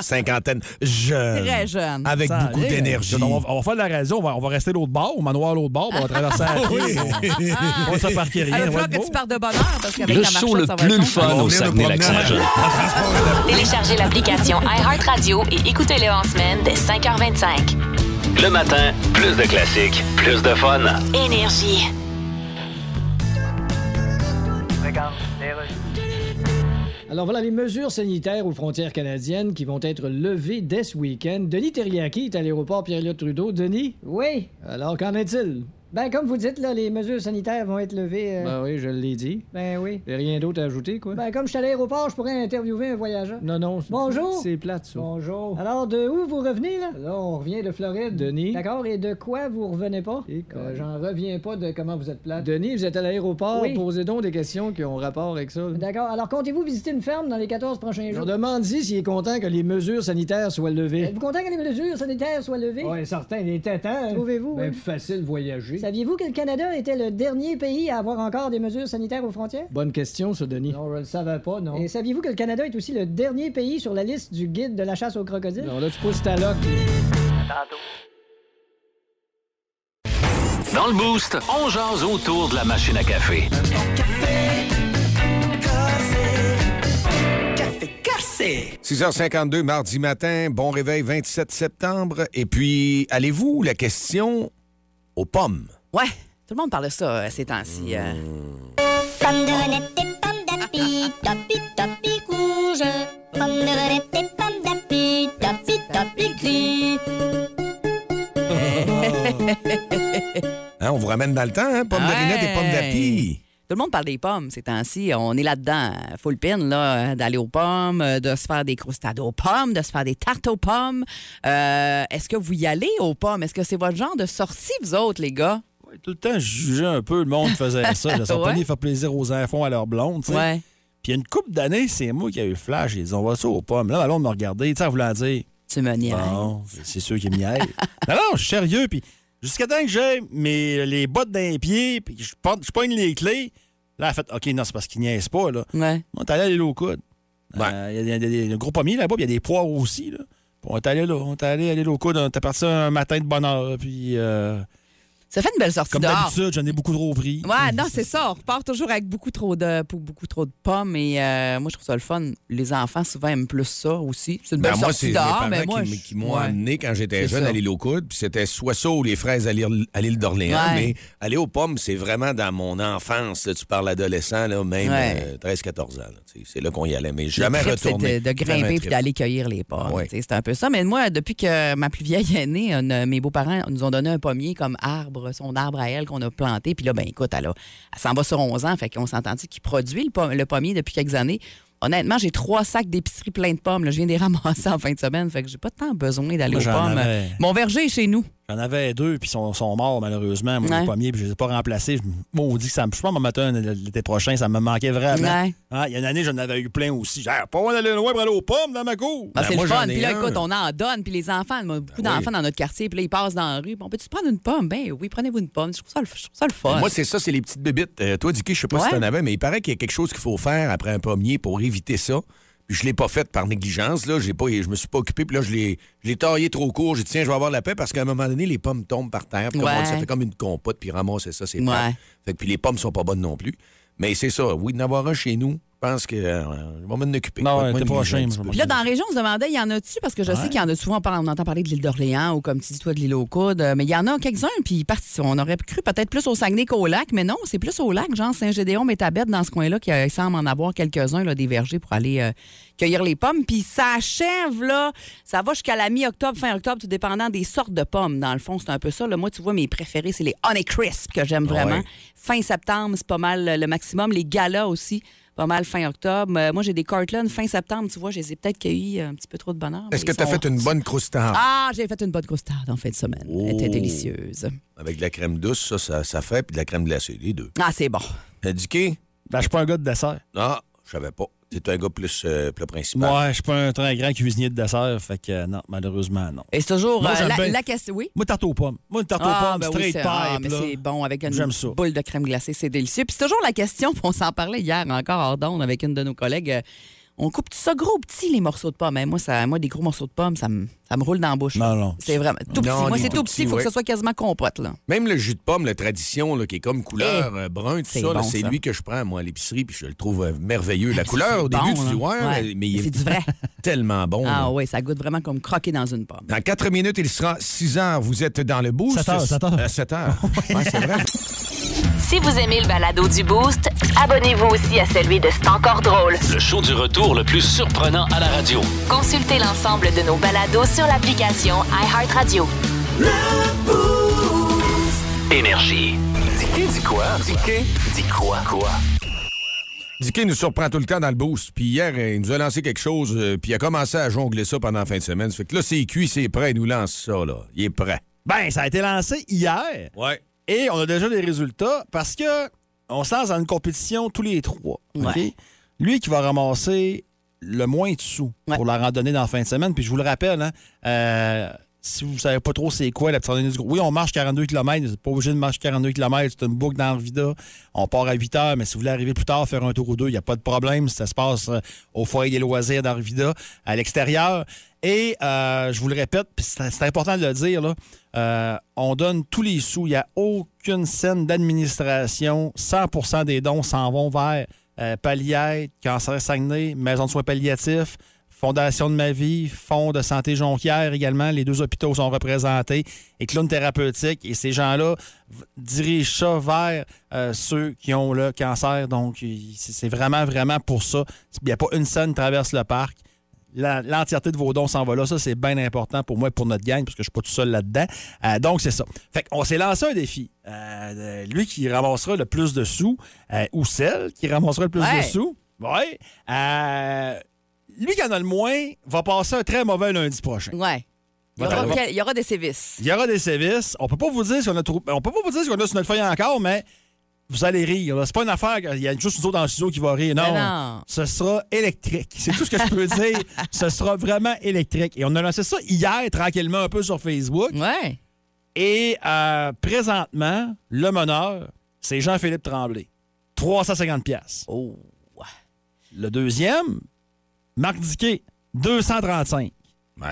Speaker 3: Cinquantaine jeune.
Speaker 4: Très jeune.
Speaker 3: Avec
Speaker 5: Ça
Speaker 3: beaucoup
Speaker 5: allait.
Speaker 3: d'énergie.
Speaker 5: On, va- on va faire de la radio, on va, on va rester l'autre bord, au manoir l'autre bord, puis on va traverser à pied, on va s'embarquer
Speaker 4: Ah, Il va
Speaker 5: rien. on va
Speaker 4: falloir
Speaker 5: être
Speaker 4: que
Speaker 5: beau.
Speaker 4: tu partes de bonne heure parce qu'avec
Speaker 2: Le
Speaker 4: la
Speaker 2: show
Speaker 4: marchette,
Speaker 2: le
Speaker 4: ça va
Speaker 2: plus
Speaker 4: être
Speaker 2: le
Speaker 4: long.
Speaker 2: fun
Speaker 3: On
Speaker 2: au
Speaker 3: vient de promener.
Speaker 2: Saguenay-Lac-Saint-Jean.
Speaker 1: Téléchargez l'application iHeartRadio et écoutez-le en semaine dès 5h25.
Speaker 2: Le matin, plus de classiques, plus de fun.
Speaker 1: Énergie.
Speaker 7: Alors voilà les mesures sanitaires aux frontières canadiennes qui vont être levées dès ce week-end. Denis Terriaki est à l'aéroport Pierre-Éliott Trudeau. Denis? Oui. Alors qu'en est-il? Ben comme vous dites, là, les mesures sanitaires vont être levées. Ben oui, je l'ai dit. Ben oui. J'ai rien d'autre à ajouter, quoi. Ben comme je suis à l'aéroport, je pourrais interviewer un voyageur. Non, non. Bonjour. C'est plate, ça. Bonjour. Alors de où vous revenez, là? Là, on revient de Floride. Denis. D'accord, et de quoi vous revenez pas? Euh, J'en reviens pas de comment vous êtes plate. Denis, vous êtes à l'aéroport. Posez donc des questions qui ont rapport avec ça. D'accord. Alors, comptez-vous visiter une ferme dans les 14 prochains jours? Je demande si s'il est content que les mesures sanitaires soient levées. Êtes-vous content que les mesures sanitaires soient levées? Oui, certain. Il était temps. Trouvez-vous? Ben, facile voyager. Saviez-vous que le Canada était le dernier pays à avoir encore des mesures sanitaires aux frontières? Bonne question, ça, Denis. Non, je le savais pas, non. Et saviez-vous que le Canada est aussi le dernier pays sur la liste du guide de la chasse aux crocodiles? Non, là, tu pousses ta loque.
Speaker 2: Dans le boost, on jase autour de la machine à café.
Speaker 8: Café cassé.
Speaker 3: 6h52, mardi matin, bon réveil, 27 septembre. Et puis, allez-vous, la question aux pommes?
Speaker 4: Ouais, tout le monde parle de ça euh, ces temps-ci. euh.
Speaker 2: Mm.
Speaker 8: Pomme de renette et pomme d'api, topi, topi rouge. Pomme de renette et pomme d'api, topi, topi gris.
Speaker 3: Hein, on vous ramène dans le temps, hein? Pommes de rinette et pommes d'api.
Speaker 4: Tout le monde parle des pommes ces temps-ci. On est là-dedans. euh, Full pin, là, euh, d'aller aux pommes, euh, de se faire des croustades aux pommes, de se faire des tartes aux pommes. Euh, Est-ce que vous y allez aux pommes? Est-ce que c'est votre genre de sortie, vous autres, les gars?
Speaker 5: Ouais, tout le temps, je jugeais un peu le monde qui faisait ça. Ils sont
Speaker 4: Ouais.
Speaker 5: pas venus faire plaisir aux enfants à leurs blondes. tu sais.
Speaker 4: Ouais.
Speaker 5: Puis il y a une couple d'années, c'est moi qui ai eu le flash. Ils dit On va ça aux pommes. Là, ma blonde m'a regardé, tu sais, en voulant dire
Speaker 4: Tu me niaises.
Speaker 5: Bon, c'est sûr qu'il m'y aille. non, non, je suis sérieux. Puis jusqu'à temps que j'ai mes, les bottes d'un pied, puis que je, porte- je pogne les clés, là, elle a fait OK, non, c'est parce qu'il niaise pas, là.
Speaker 4: Ouais.
Speaker 5: On est allé à l'île aux coudes. Il
Speaker 3: Ouais.
Speaker 5: y a des, des- des gros pommiers là-bas, puis il y a des poires aussi, là. Puis on est allé là, on est allé à l'île aux coudes. On était parti un matin de bonne heure, puis euh,
Speaker 4: Ça fait une belle sortie
Speaker 5: comme
Speaker 4: dehors.
Speaker 5: d'habitude, j'en ai beaucoup trop pris.
Speaker 4: Ouais, non, c'est ça. On repart toujours avec beaucoup trop de, pou- beaucoup trop de pommes. Et euh, moi, je trouve ça le fun. Les enfants, souvent, aiment plus ça aussi. C'est une belle
Speaker 3: Ben, moi,
Speaker 4: sortie
Speaker 3: c'est mes
Speaker 4: dehors,
Speaker 3: parents
Speaker 4: mais moi,
Speaker 3: qui, m-
Speaker 4: je-
Speaker 3: qui m'ont
Speaker 4: ouais.
Speaker 3: amené quand j'étais
Speaker 4: C'est
Speaker 3: jeune
Speaker 4: ça.
Speaker 3: à l'île aux coudes. Puis c'était soit ça ou les fraises à l'île à l'île d'Orléans.
Speaker 4: Ouais.
Speaker 3: Mais aller aux pommes, c'est vraiment dans mon enfance. là, tu parles adolescent, là, même
Speaker 4: Ouais.
Speaker 3: 13-14 ans. là, tu sais, c'est là qu'on y allait. Mais
Speaker 4: Le
Speaker 3: jamais
Speaker 4: trip, c'est
Speaker 3: retourné.
Speaker 4: De, de
Speaker 3: Jamais un
Speaker 4: grimper puis
Speaker 3: trip.
Speaker 4: d'aller cueillir les pommes.
Speaker 3: Ah ouais.
Speaker 4: Tu sais, C'est un peu ça. Mais moi, depuis que ma plus vieille est née, on a- mes beaux-parents nous ont donné un pommier comme arbre, son arbre à elle qu'on a planté. Puis là, ben écoute, elle, a- elle s'en va sur 11 ans. Fait qu'on s'entend qu'il produit le, pom- le pommier depuis quelques années. Honnêtement, j'ai trois sacs d'épicerie pleins de pommes. là. Je viens de les ramasser en fin de semaine. Fait que j'ai pas tant besoin d'aller
Speaker 5: Moi,
Speaker 4: aux
Speaker 5: j'en
Speaker 4: pommes.
Speaker 5: avais.
Speaker 4: Mon verger est chez nous.
Speaker 5: J'en avais deux, puis ils sont, sont morts, malheureusement. Moi,
Speaker 4: Ouais.
Speaker 5: les pommiers, puis je les ai pas remplacés. Je me dit que ça me. Je pense que matin, l'été prochain, ça me manquait vraiment.
Speaker 4: Ouais.
Speaker 5: Ah, il y a une année, j'en avais eu plein aussi. J'ai dit, Ah, pas loin d'aller loin pour aller aux pommes dans ma cour.
Speaker 4: Ah,
Speaker 3: Ben,
Speaker 4: c'est
Speaker 3: moi,
Speaker 4: le fun.
Speaker 3: j'en ai
Speaker 4: Puis là,
Speaker 3: un.
Speaker 4: écoute, on en donne. Puis les enfants, on a beaucoup
Speaker 3: Ben oui.
Speaker 4: d'enfants dans notre quartier. Puis là, ils passent dans la rue. Bon, peux-tu prendre une pomme? Ben oui, prenez-vous une pomme. Je trouve ça le, je trouve ça le fun.
Speaker 3: Ben, Moi, c'est ça, c'est les petites bébites. Euh, toi, Dicky, je sais pas si
Speaker 4: Ouais.
Speaker 3: t'en avais, mais il paraît qu'il y a quelque chose qu'il faut faire après un pommier pour éviter ça. Puis je l'ai pas fait par négligence, là. J'ai pas, je me suis pas occupé. Puis là, je l'ai, je l'ai taillé trop court. J'ai dit, tiens, je vais avoir la paix parce qu'à un moment donné, les pommes tombent par terre. Puis comme on dit,
Speaker 4: Ouais.
Speaker 3: ça fait comme une compote. Puis ramasser ça, c'est
Speaker 4: Ouais.
Speaker 3: plate. Fait que puis les pommes sont pas bonnes non plus. Mais c'est ça. Oui, d'en avoir un chez nous, je pense que euh, je vais m'en occuper.
Speaker 5: Non,
Speaker 3: Je vais
Speaker 5: ouais,
Speaker 3: être
Speaker 5: t'es
Speaker 3: moins négligent
Speaker 5: pas
Speaker 3: un
Speaker 5: ashamed,
Speaker 3: petit peu.
Speaker 5: moi.
Speaker 4: Puis là, dans la région, on se demandait, il y en a-tu? Parce que je sais qu'il y en a souvent, on, parle- on entend parler de l'île d'Orléans ou comme tu dis, toi, de l'île aux coudes. Euh, Mais il y en a quelques-uns, puis ils partent- on aurait cru peut-être plus au Saguenay qu'au lac, mais non, c'est plus au lac, genre Saint-Gédéon, Métabette, dans ce coin-là, qu'il euh, semble en avoir quelques-uns, là, des vergers pour aller euh, cueillir les pommes. Puis ça achève, là, ça va jusqu'à la mi-octobre, fin octobre, tout dépendant des sortes de pommes. Dans le fond, c'est un peu ça. Là. Moi, tu vois, mes préférés, c'est les Honey Crisp que j'aime vraiment.
Speaker 3: Ouais.
Speaker 4: Fin septembre, c'est pas mal euh, le maximum. Les galas aussi, pas mal fin octobre. Euh, moi, j'ai des Cortland fin septembre, tu vois, je les ai peut-être cueillis euh, un petit peu trop de bonheur.
Speaker 3: Est-ce que
Speaker 4: mais
Speaker 3: tu as
Speaker 4: ils
Speaker 3: fait
Speaker 4: sont-
Speaker 3: une bonne croustade
Speaker 4: Ah, j'ai fait une bonne costarde en fin de semaine. Elle était
Speaker 3: Oh.
Speaker 4: délicieuse.
Speaker 3: avec de la crème douce? Ça, ça, ça fait. Puis de la crème glacée, les deux.
Speaker 4: Ah, c'est bon.
Speaker 3: T'as dit, Dicky?
Speaker 5: Ben, je suis pas un gars de dessert.
Speaker 3: Ah, je savais pas. T'es un gars plus euh, plat principal.
Speaker 5: Moi, Ben, je suis pas un très grand cuisinier de dessert. Fait que euh, non, malheureusement, non.
Speaker 4: Et c'est toujours
Speaker 5: Moi,
Speaker 4: euh,
Speaker 5: j'aime
Speaker 4: la,
Speaker 5: bien.
Speaker 4: la question. Oui.
Speaker 5: Moi, tarte aux pommes. Moi, une tarte aux pommes,
Speaker 4: ben oui,
Speaker 5: straight
Speaker 4: c'est-
Speaker 5: pipe.
Speaker 4: ah, mais
Speaker 5: là.
Speaker 4: c'est bon avec une
Speaker 5: J'aime ça.
Speaker 4: boule de crème glacée, c'est délicieux. Puis c'est toujours la question, puis on s'en parlait hier encore hors d'onde avec une de nos collègues. euh, On coupe ça gros ou petit les morceaux de pommes. Hein, Moi, ça, moi, des gros morceaux de pommes, ça me, ça me roule dans la bouche.
Speaker 5: Non, non.
Speaker 4: C'est vraiment tout petit.
Speaker 3: Non,
Speaker 4: Moi,
Speaker 3: des
Speaker 4: c'est
Speaker 3: tout
Speaker 4: tout petit. Il
Speaker 3: petits,
Speaker 4: faut que
Speaker 3: ouais. Oh,
Speaker 4: ce soit quasiment compote, là.
Speaker 3: Même le jus de pomme, la tradition, là, qui est comme couleur euh, brun, tout ça,
Speaker 4: Eh, c'est
Speaker 3: là,
Speaker 4: bon,
Speaker 3: c'est
Speaker 4: ça. Ah,
Speaker 3: lui que je prends, moi, à l'épicerie, puis je le trouve euh, merveilleux. La
Speaker 4: C'est
Speaker 3: couleur, au
Speaker 4: bon,
Speaker 3: début, tu
Speaker 4: là.
Speaker 3: dis, ouais,
Speaker 4: Ouais.
Speaker 3: mais il est,
Speaker 4: C'est du vrai.
Speaker 3: tellement bon. là.
Speaker 4: Ah oui, ça goûte vraiment comme croquer dans une pomme.
Speaker 3: Dans 4 minutes, il sera 6 heures. Vous êtes dans le boost.
Speaker 5: Sept heures, sept heures.
Speaker 3: Euh, sept heures. Ouais, c'est vrai.
Speaker 1: Si vous aimez le balado du Boost, abonnez-vous aussi à celui de C'est encore drôle.
Speaker 2: Le show du retour le plus surprenant à la radio.
Speaker 1: Consultez l'ensemble de nos balados sur l'application iHeartRadio.
Speaker 2: Énergie. Dis dis quoi? Dis dis quoi? Quoi?
Speaker 3: Dicky nous surprend tout le temps dans le boost. Puis hier, euh, il nous a lancé quelque chose, euh, puis il a commencé à jongler ça pendant la fin de semaine. Ça fait que là, c'est cuit, c'est prêt. Il nous lance ça, là. Il est prêt.
Speaker 5: Ben, ça a été lancé hier
Speaker 3: Ouais.
Speaker 5: et on a déjà des résultats parce que on se lance dans une compétition tous les trois. OK?
Speaker 4: Ouais.
Speaker 5: Lui qui va ramasser le moins de sous
Speaker 4: Ouais.
Speaker 5: pour la randonnée dans la fin de semaine. Puis je vous le rappelle, hein, euh, si vous savez pas trop c'est quoi la petite randonnée du groupe, oui, on marche 42 km, vous n'êtes pas obligé de marcher 42 km, c'est une boucle dans le vida. On part à 8 heures, mais si vous voulez arriver plus tard, faire un tour ou deux, il n'y a pas de problème. Ça se passe euh, au foyer des loisirs dans Arvida, à l'extérieur. Et euh, je vous le répète, puis c'est c'est important de le dire, là, euh, on donne tous les sous. Il n'y a aucune scène d'administration. 100 des dons s'en vont vers euh, Palliette, Cancer Saguenay, Maison de soins palliatifs, Fondation de ma vie, Fonds de santé Jonquière également. Les deux hôpitaux sont représentés. Et Clown Thérapeutique. Et ces gens-là v- dirigent ça vers euh, ceux qui ont le cancer. Donc, il- c'est c'est vraiment, vraiment pour ça. Il n'y a pas une scène qui traverse le parc. La- L'entièreté de vos dons s'en va là. Ça, c'est bien important pour moi et pour notre gang, parce que je suis pas tout seul là-dedans. Euh, donc, c'est ça. Fait qu'on s'est lancé un défi. Euh, euh, lui qui ramassera le plus de sous, euh, ou celle qui ramassera le plus
Speaker 4: Ouais.
Speaker 5: de sous. Ouais. Euh, lui qui en a le moins va passer un très mauvais lundi prochain.
Speaker 4: Ouais. Il y,
Speaker 5: Va-
Speaker 4: aura,
Speaker 5: va-
Speaker 4: quel- il y aura des sévices.
Speaker 5: il y aura des sévices. On peut pas vous dire si on a trou- on peut pas vous dire ce qu'on a sur notre feuille encore, mais vous allez rire. là. C'est pas une affaire. que- Il y a juste nous autres dans le studio qui va rire. Non.
Speaker 4: Mais non.
Speaker 5: Ce sera électrique. C'est tout ce que je peux dire. Ce sera vraiment électrique. Et on a lancé ça hier tranquillement un peu sur Facebook.
Speaker 4: Ouais.
Speaker 5: Et euh, présentement, le meneur, c'est Jean-Philippe Tremblay. 350 pièces.
Speaker 4: Oh.
Speaker 5: Le deuxième, Marc Diquet, 235.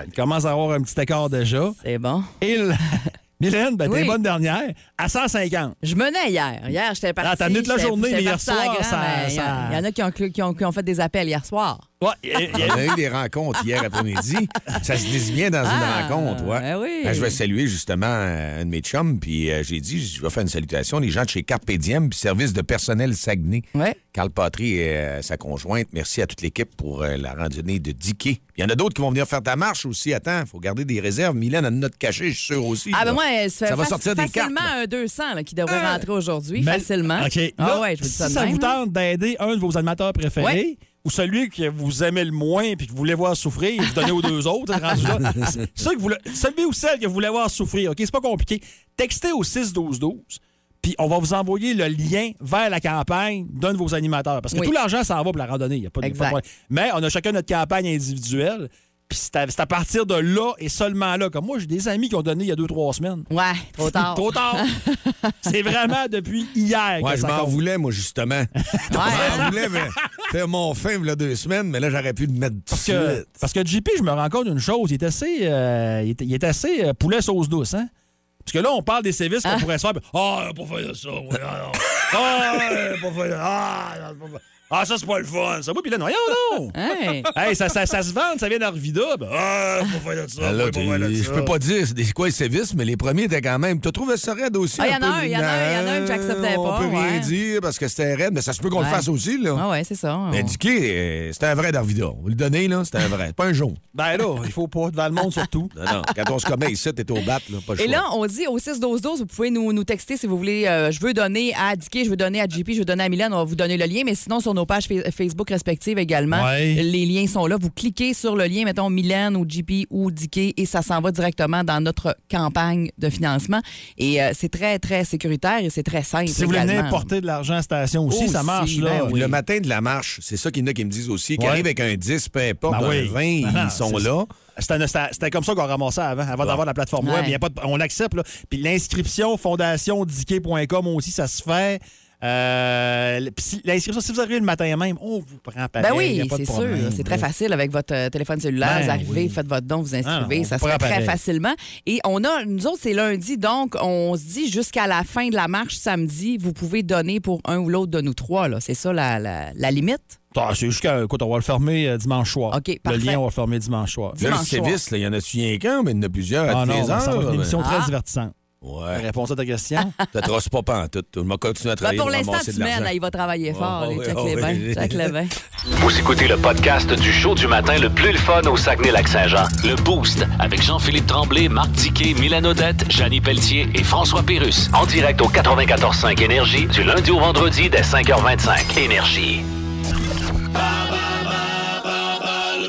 Speaker 5: Il commence à avoir un petit écart déjà.
Speaker 4: C'est bon.
Speaker 5: Et le- Mylène, ben, t'es
Speaker 4: Oui.
Speaker 5: bonne dernière, à 150.
Speaker 4: Je menais hier. Hier, j'étais parti.
Speaker 5: Ah, t'as mené toute la journée, mais hier soir, ça-
Speaker 4: Il y,
Speaker 5: ça-
Speaker 4: en a qui ont, clu- qui ont- qui ont fait des appels hier soir.
Speaker 5: Ouais, et-
Speaker 3: On a eu des rencontres hier après-midi. Ça se dit bien dans
Speaker 4: Ah,
Speaker 3: une rencontre, ouais.
Speaker 4: ben oui.
Speaker 3: Ben, je vais saluer justement euh, un de mes chums, puis euh, j'ai dit, je vais faire une salutation, les gens de chez Carpe Diem, puis service de personnel Saguenay.
Speaker 4: Ouais.
Speaker 3: Carl Patry et euh, sa conjointe, merci à toute l'équipe pour euh, la randonnée de Dicky. Il y en a d'autres qui vont venir faire ta marche aussi. Attends, il faut garder des réserves. Milan a une note cachée, je suis sûr aussi.
Speaker 4: Ah,
Speaker 3: là.
Speaker 4: ben moi, elle se fait
Speaker 3: Ça va
Speaker 4: faci-
Speaker 3: sortir des cartes.
Speaker 4: facilement
Speaker 3: là.
Speaker 4: un 200 là, qui devrait rentrer aujourd'hui.
Speaker 5: Euh. Mais-
Speaker 4: facilement.
Speaker 5: OK.
Speaker 4: Ah,
Speaker 5: Là,
Speaker 4: ouais, je vous dis ça
Speaker 5: si
Speaker 4: de
Speaker 5: ça
Speaker 4: même,
Speaker 5: vous
Speaker 4: là.
Speaker 5: tente d'aider un de vos animateurs préférés
Speaker 4: Ouais.
Speaker 5: ou celui que vous aimez le moins puis que vous voulez voir souffrir, vous donnez aux deux autres, c'est rendu là. C'est- c'est ça que vous le- celui ou celle que vous voulez voir souffrir, OK? C'est pas compliqué. Textez au 6-12-12, puis on va vous envoyer le lien vers la campagne d'un de vos animateurs. Parce que
Speaker 4: Oui.
Speaker 5: tout l'argent s'en va pour la randonnée. Y a pas de-
Speaker 4: Exact.
Speaker 5: pas de problème. Mais on a chacun notre campagne individuelle. Puis c'est à, c'est à partir de là et seulement là. Comme moi, j'ai des amis qui ont donné il y a deux, trois semaines.
Speaker 4: Ouais, trop tard.
Speaker 5: Trop tard. c'est vraiment depuis
Speaker 4: euh,
Speaker 5: hier
Speaker 3: Ouais,
Speaker 5: que
Speaker 3: je
Speaker 5: ça
Speaker 3: m'en
Speaker 5: compte.
Speaker 3: voulais, moi, justement.
Speaker 4: Ouais,
Speaker 3: Je m'en voulais mais, faire mon fin, il y a deux semaines, mais là, j'aurais pu le mettre tout de
Speaker 5: Parce que,
Speaker 3: suite.
Speaker 5: parce que JP, je me rends compte d'une chose, il est assez, euh, il est, il est assez euh, poulet sauce douce, hein? Parce que là, on parle des sévices qu'on pourrait se faire. puis, Ah, pour faire ça, oui, ah, non. Ah, pour faire ah, non, pas faire- ah, ça, c'est pas le fun, ça. Oui, puis là, non, non, non.
Speaker 4: Hey.
Speaker 5: Hey, ça, ça, ça se vend, ça vient d'Arvida. ben, ah, pour faire ça,
Speaker 3: Ah, là,
Speaker 5: oui, pour faire
Speaker 3: t'es-
Speaker 5: ça.
Speaker 3: je peux
Speaker 4: Ah.
Speaker 3: pas dire c'est quoi les sévices, mais les premiers étaient quand même. T'as trouvé ça raide aussi?
Speaker 4: Ah, y
Speaker 3: un
Speaker 4: en a
Speaker 3: peu?
Speaker 4: un, y en a un, y en a un que j'acceptais
Speaker 3: On
Speaker 4: pas,
Speaker 3: peut rien
Speaker 4: ouais.
Speaker 3: dire parce que c'était raide, mais ça se peut qu'on
Speaker 4: Ouais.
Speaker 3: le fasse aussi, là.
Speaker 4: Ah ouais, c'est ça.
Speaker 3: Mais
Speaker 4: On-
Speaker 3: Dicky, euh, c'était un vrai Darvida. On va le donner, là, c'était un vrai. Pas un jaune.
Speaker 5: Ben là, il faut pas devant le monde, surtout.
Speaker 3: Non, non. Quand on se commet ici, t'es au bat, là, pas le
Speaker 4: Et
Speaker 3: choix.
Speaker 4: là, on dit au 6-12-12, vous pouvez nous, nous texter si vous voulez. euh, je veux donner à Dicky, je veux donner à JP, je veux donner à Milan. On va vous donner le lien. Mais sinon, sur nos pages fa- Facebook respectives également,
Speaker 5: Ouais.
Speaker 4: les liens sont là. Vous cliquez sur le lien, mettons Milan ou JP ou Dicky, et ça s'en va directement dans notre campagne de financement. Et euh, c'est très, très sécuritaire et c'est très simple.
Speaker 5: Si vous voulez venir
Speaker 4: également.
Speaker 5: porter de l'argent à la station aussi, ça
Speaker 4: Aussi,
Speaker 5: marche, là.
Speaker 4: ben
Speaker 3: Ou Ah, Le matin de la marche, c'est ça qu'il y en a qui me disent aussi, qui
Speaker 5: Ouais.
Speaker 3: arrivent avec un 10, peu importe,
Speaker 5: Ben
Speaker 3: un
Speaker 5: oui.
Speaker 4: Ah,
Speaker 3: 20,
Speaker 5: Ben non,
Speaker 3: ils sont là.
Speaker 5: c'est- C'était c'était- c'était comme ça qu'on ramassait avant, avant d'avoir la plateforme
Speaker 4: Ouais.
Speaker 5: web. Il y a pas de- on l'accepte. là. Puis l'inscription fondationdiquet.com aussi, ça se fait. Euh, puis si- l'inscription, si vous arrivez le matin même, on vous prend pareil.
Speaker 4: Ben
Speaker 5: Il
Speaker 4: oui,
Speaker 5: y a pas
Speaker 4: c'est
Speaker 5: de
Speaker 4: sûr.
Speaker 5: problème.
Speaker 4: C'est très facile avec votre euh, téléphone cellulaire.
Speaker 5: Ben
Speaker 4: vous arrivez,
Speaker 5: oui.
Speaker 4: faites votre don, vous
Speaker 5: Ah,
Speaker 4: inscrivez.
Speaker 5: on
Speaker 4: ça se
Speaker 5: pourra
Speaker 4: fait très
Speaker 5: pareil.
Speaker 4: facilement. Et on a, nous autres, c'est lundi, donc on se dit jusqu'à la fin de la marche samedi, vous pouvez donner pour un ou l'autre de nous trois. là. C'est ça la, la- la limite?
Speaker 5: Ah, c'est jusqu'à. Écoute, on va le fermer euh, dimanche soir.
Speaker 4: OK,
Speaker 5: le
Speaker 4: parfait.
Speaker 5: lien, on va le fermer dimanche soir.
Speaker 4: Dis-
Speaker 3: Là, le
Speaker 4: Dimanche soir.
Speaker 3: sévice, là, il y en a-tu rien qu'un, mais il y en a plusieurs à
Speaker 5: Ah
Speaker 3: tous
Speaker 5: non,
Speaker 3: les
Speaker 5: ça
Speaker 3: heures.
Speaker 5: va être une
Speaker 3: là,
Speaker 5: émission
Speaker 4: Ah.
Speaker 5: très divertissante.
Speaker 3: mais- Ouais.
Speaker 5: Réponse à ta question.
Speaker 3: Ça te rosse pas pantoute. tout. Je vais continuer à
Speaker 4: Ben,
Speaker 3: travailler
Speaker 4: pour l'instant,
Speaker 3: ramasser
Speaker 4: tu
Speaker 3: de l'argent.
Speaker 4: mènes, il va travailler fort.
Speaker 3: Oh,
Speaker 4: les
Speaker 3: oui,
Speaker 4: Jack
Speaker 3: oh, oui.
Speaker 4: Levin. Jack Levin.
Speaker 2: Vous écoutez le podcast du show du matin le plus le fun au Saguenay-Lac-Saint-Jean. Le Boost avec Jean-Philippe Tremblay, Marc Diquet, Milan Odette, Janine Pelletier et François Pérus. En direct au 94.5 Énergie du lundi au vendredi dès 5h25. Énergie.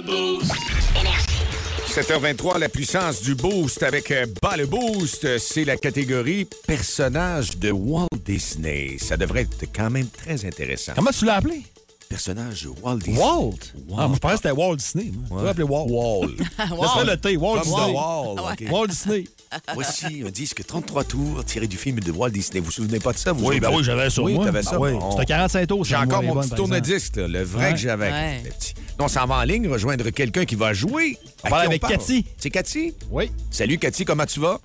Speaker 1: Énergie.
Speaker 3: 7h23, la puissance du boost avec euh, Bas le boost, euh, c'est la catégorie personnage de Walt Disney. Ça devrait être quand même très intéressant.
Speaker 5: Comment tu l'as appelé?
Speaker 3: Personnage de Walt Disney.
Speaker 5: Walt.
Speaker 3: Walt.
Speaker 5: Ah, moi, je pensais que c'était Walt Disney. moi. Tu l'as appelé Walt.
Speaker 3: Wall.
Speaker 5: Laisse faire le T. Walt
Speaker 3: Comme
Speaker 5: Disney.
Speaker 3: The Wall, ok.
Speaker 5: Walt Disney.
Speaker 3: Voici un disque 33 tours tiré du film de Walt Disney. Vous vous souvenez pas de ça? vous
Speaker 5: Oui,
Speaker 3: autres?
Speaker 5: ben oui, j'avais ça.
Speaker 3: Oui,
Speaker 5: moi.
Speaker 3: t'avais
Speaker 5: Ben
Speaker 3: ça.
Speaker 5: oui.
Speaker 3: On-
Speaker 5: C'était 45 tours.
Speaker 3: J'ai
Speaker 5: ça,
Speaker 3: encore
Speaker 5: moi,
Speaker 3: mon
Speaker 5: les
Speaker 3: petit
Speaker 5: bonnes, par exemple.
Speaker 3: tourne-disque, là, le vrai
Speaker 5: Ouais.
Speaker 3: que j'avais.
Speaker 4: Ouais.
Speaker 3: le petit. On s'en va en ligne rejoindre quelqu'un qui va jouer.
Speaker 5: On
Speaker 3: À
Speaker 5: parle
Speaker 3: qui
Speaker 5: avec Cathy.
Speaker 3: C'est Cathy?
Speaker 5: Oui.
Speaker 3: Salut Cathy, comment tu vas?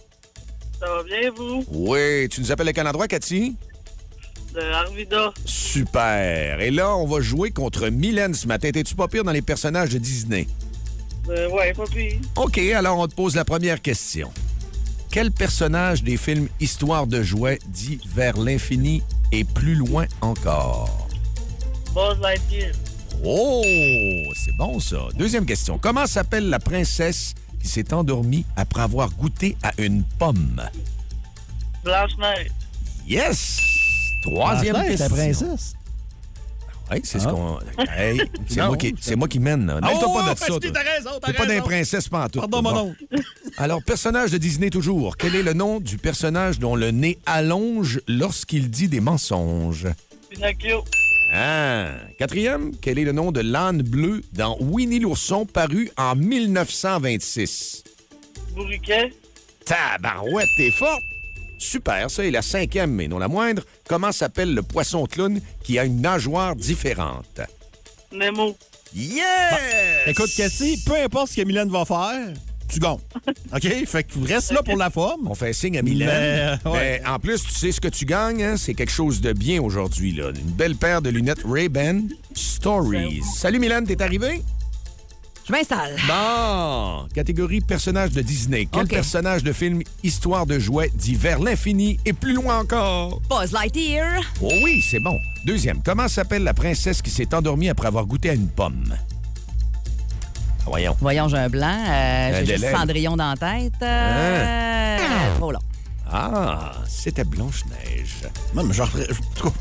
Speaker 6: Ça va bien, vous?
Speaker 3: Oui, tu nous appelles à quel endroit, Cathy?
Speaker 6: De Arvida.
Speaker 3: Super. Et là, on va jouer contre Mylène ce matin. T'es-tu pas pire dans les personnages de Disney?
Speaker 6: Euh, ouais, pas pire.
Speaker 3: OK, alors on te pose la première question. Quel personnage des films Histoire de jouet dit vers l'infini et plus loin encore?
Speaker 6: Buzz Lightyear.
Speaker 3: Oh, c'est bon ça. Deuxième question. Comment s'appelle la princesse qui s'est endormie après avoir goûté à une pomme?
Speaker 6: Blanche-Neige.
Speaker 3: Yes! Troisième
Speaker 5: Blanche-Neige,
Speaker 3: question.
Speaker 5: la princesse. Ah.
Speaker 3: Hey, c'est ce qu'on. Hey, c'est moi, qui- c'est moi qui mène. là. Mêle-toi
Speaker 5: Oh,
Speaker 3: pas de
Speaker 5: parce
Speaker 3: ça.
Speaker 5: que
Speaker 3: toi.
Speaker 5: t'as raison, t'as
Speaker 3: T'es pas
Speaker 5: raison.
Speaker 3: d'un princesse pantoute.
Speaker 5: Pardon, mon
Speaker 3: Bon.
Speaker 5: oncle.
Speaker 3: Alors, personnage de Disney toujours. Quel est le nom du personnage dont le nez allonge lorsqu'il dit des mensonges?
Speaker 6: Pinocchio.
Speaker 3: Ah. Quatrième, quel est le nom de l'âne bleu dans Winnie l'ourson paru en 1926?
Speaker 6: Bourriquet.
Speaker 3: Tabarouette, t'es forte! Super, ça est la cinquième, mais non la moindre. Comment s'appelle le poisson clown qui a une nageoire différente?
Speaker 6: Nemo.
Speaker 3: Yes!
Speaker 5: Ben, Écoute, Cathy, peu importe ce que Mylène va faire, tu gagnes. OK? Fait que reste là pour la forme.
Speaker 3: On fait un signe à Milan.
Speaker 5: Mais, euh, ouais.
Speaker 3: en plus, tu sais ce que tu gagnes, hein? c'est quelque chose de bien aujourd'hui. là. Une belle paire de lunettes Ray-Ban Stories. Salut Milan, t'es arrivé?
Speaker 4: Je m'installe.
Speaker 3: Bon! Catégorie personnage de Disney. Quel
Speaker 4: OK.
Speaker 3: personnage de film Histoire de jouet dit vers l'infini et plus loin encore?
Speaker 4: Buzz Lightyear.
Speaker 3: Oh oui, c'est bon. Deuxième, comment s'appelle la princesse qui s'est endormie après avoir goûté à une pomme? Ah, Voyons.
Speaker 4: Voyons, j'ai un blanc. euh,
Speaker 3: Un
Speaker 4: j'ai juste
Speaker 3: délai. Hein?
Speaker 4: Cendrillon dans la tête. euh, Trop long.
Speaker 3: Ah, c'était Blanche-Neige.
Speaker 5: Oh, Non, mais genre. je- en tout cas,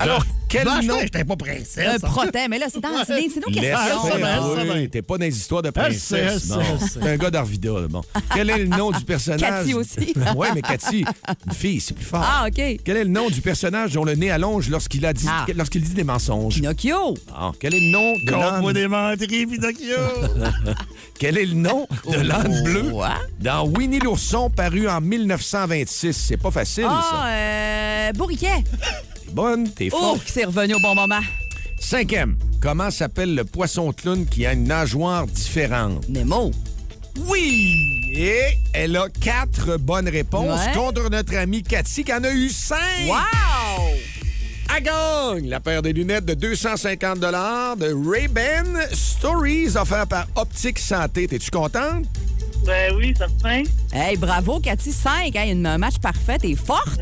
Speaker 5: Euh,
Speaker 3: Alors, quel
Speaker 5: Ah, Blanche-Neige,
Speaker 3: nom...
Speaker 5: t'es Eh, pas princesse. hein.
Speaker 4: Un protet, mais là, c'est dans c'est des- c'est nos
Speaker 3: Laisse
Speaker 5: Ah, ça
Speaker 4: questions.
Speaker 5: va,
Speaker 3: faire,
Speaker 4: là.
Speaker 5: ça va.
Speaker 3: oui, T'es pas dans les histoires de
Speaker 4: Ah,
Speaker 5: Elle sait, elle
Speaker 3: princesse.
Speaker 5: sait,
Speaker 3: non.
Speaker 5: elle sait.
Speaker 3: T'es un gars d'Arvida, là, bon. Quel est le nom du personnage?
Speaker 4: Cathy aussi.
Speaker 3: oui, mais Cathy, une fille, c'est plus fort.
Speaker 4: Ah, OK.
Speaker 3: Quel est le nom du personnage dont le nez allonge lorsqu'il a dit,
Speaker 4: Ah.
Speaker 3: lorsqu'il dit des mensonges?
Speaker 4: Pinocchio.
Speaker 3: Ah, quel est le nom de l'âne?
Speaker 5: Compte-moi des menteries, Pinocchio.
Speaker 3: Quel est le nom de l'âne bleu
Speaker 4: Quoi?
Speaker 3: dans Winnie l'ourson paru en 1926? C'est pas facile,
Speaker 4: Ah,
Speaker 3: ça.
Speaker 4: euh, Bourriquet.
Speaker 3: T'es bonne, t'es
Speaker 4: Oh,
Speaker 3: forte.
Speaker 4: qui s'est revenu au bon moment.
Speaker 3: Cinquième. Comment s'appelle le poisson clown qui a une nageoire différente?
Speaker 4: Nemo.
Speaker 3: Oui! Et elle a quatre bonnes réponses
Speaker 4: Ouais.
Speaker 3: contre notre amie Cathy qui en a eu cinq!
Speaker 4: Wow!
Speaker 3: À gagne! La paire de lunettes de 250 de Ray-Ban Stories offert par Optique Santé. T'es-tu contente?
Speaker 6: Ben oui, certain.
Speaker 4: Hey, bravo, Cathy. 5. Hey, une- un match parfait et forte.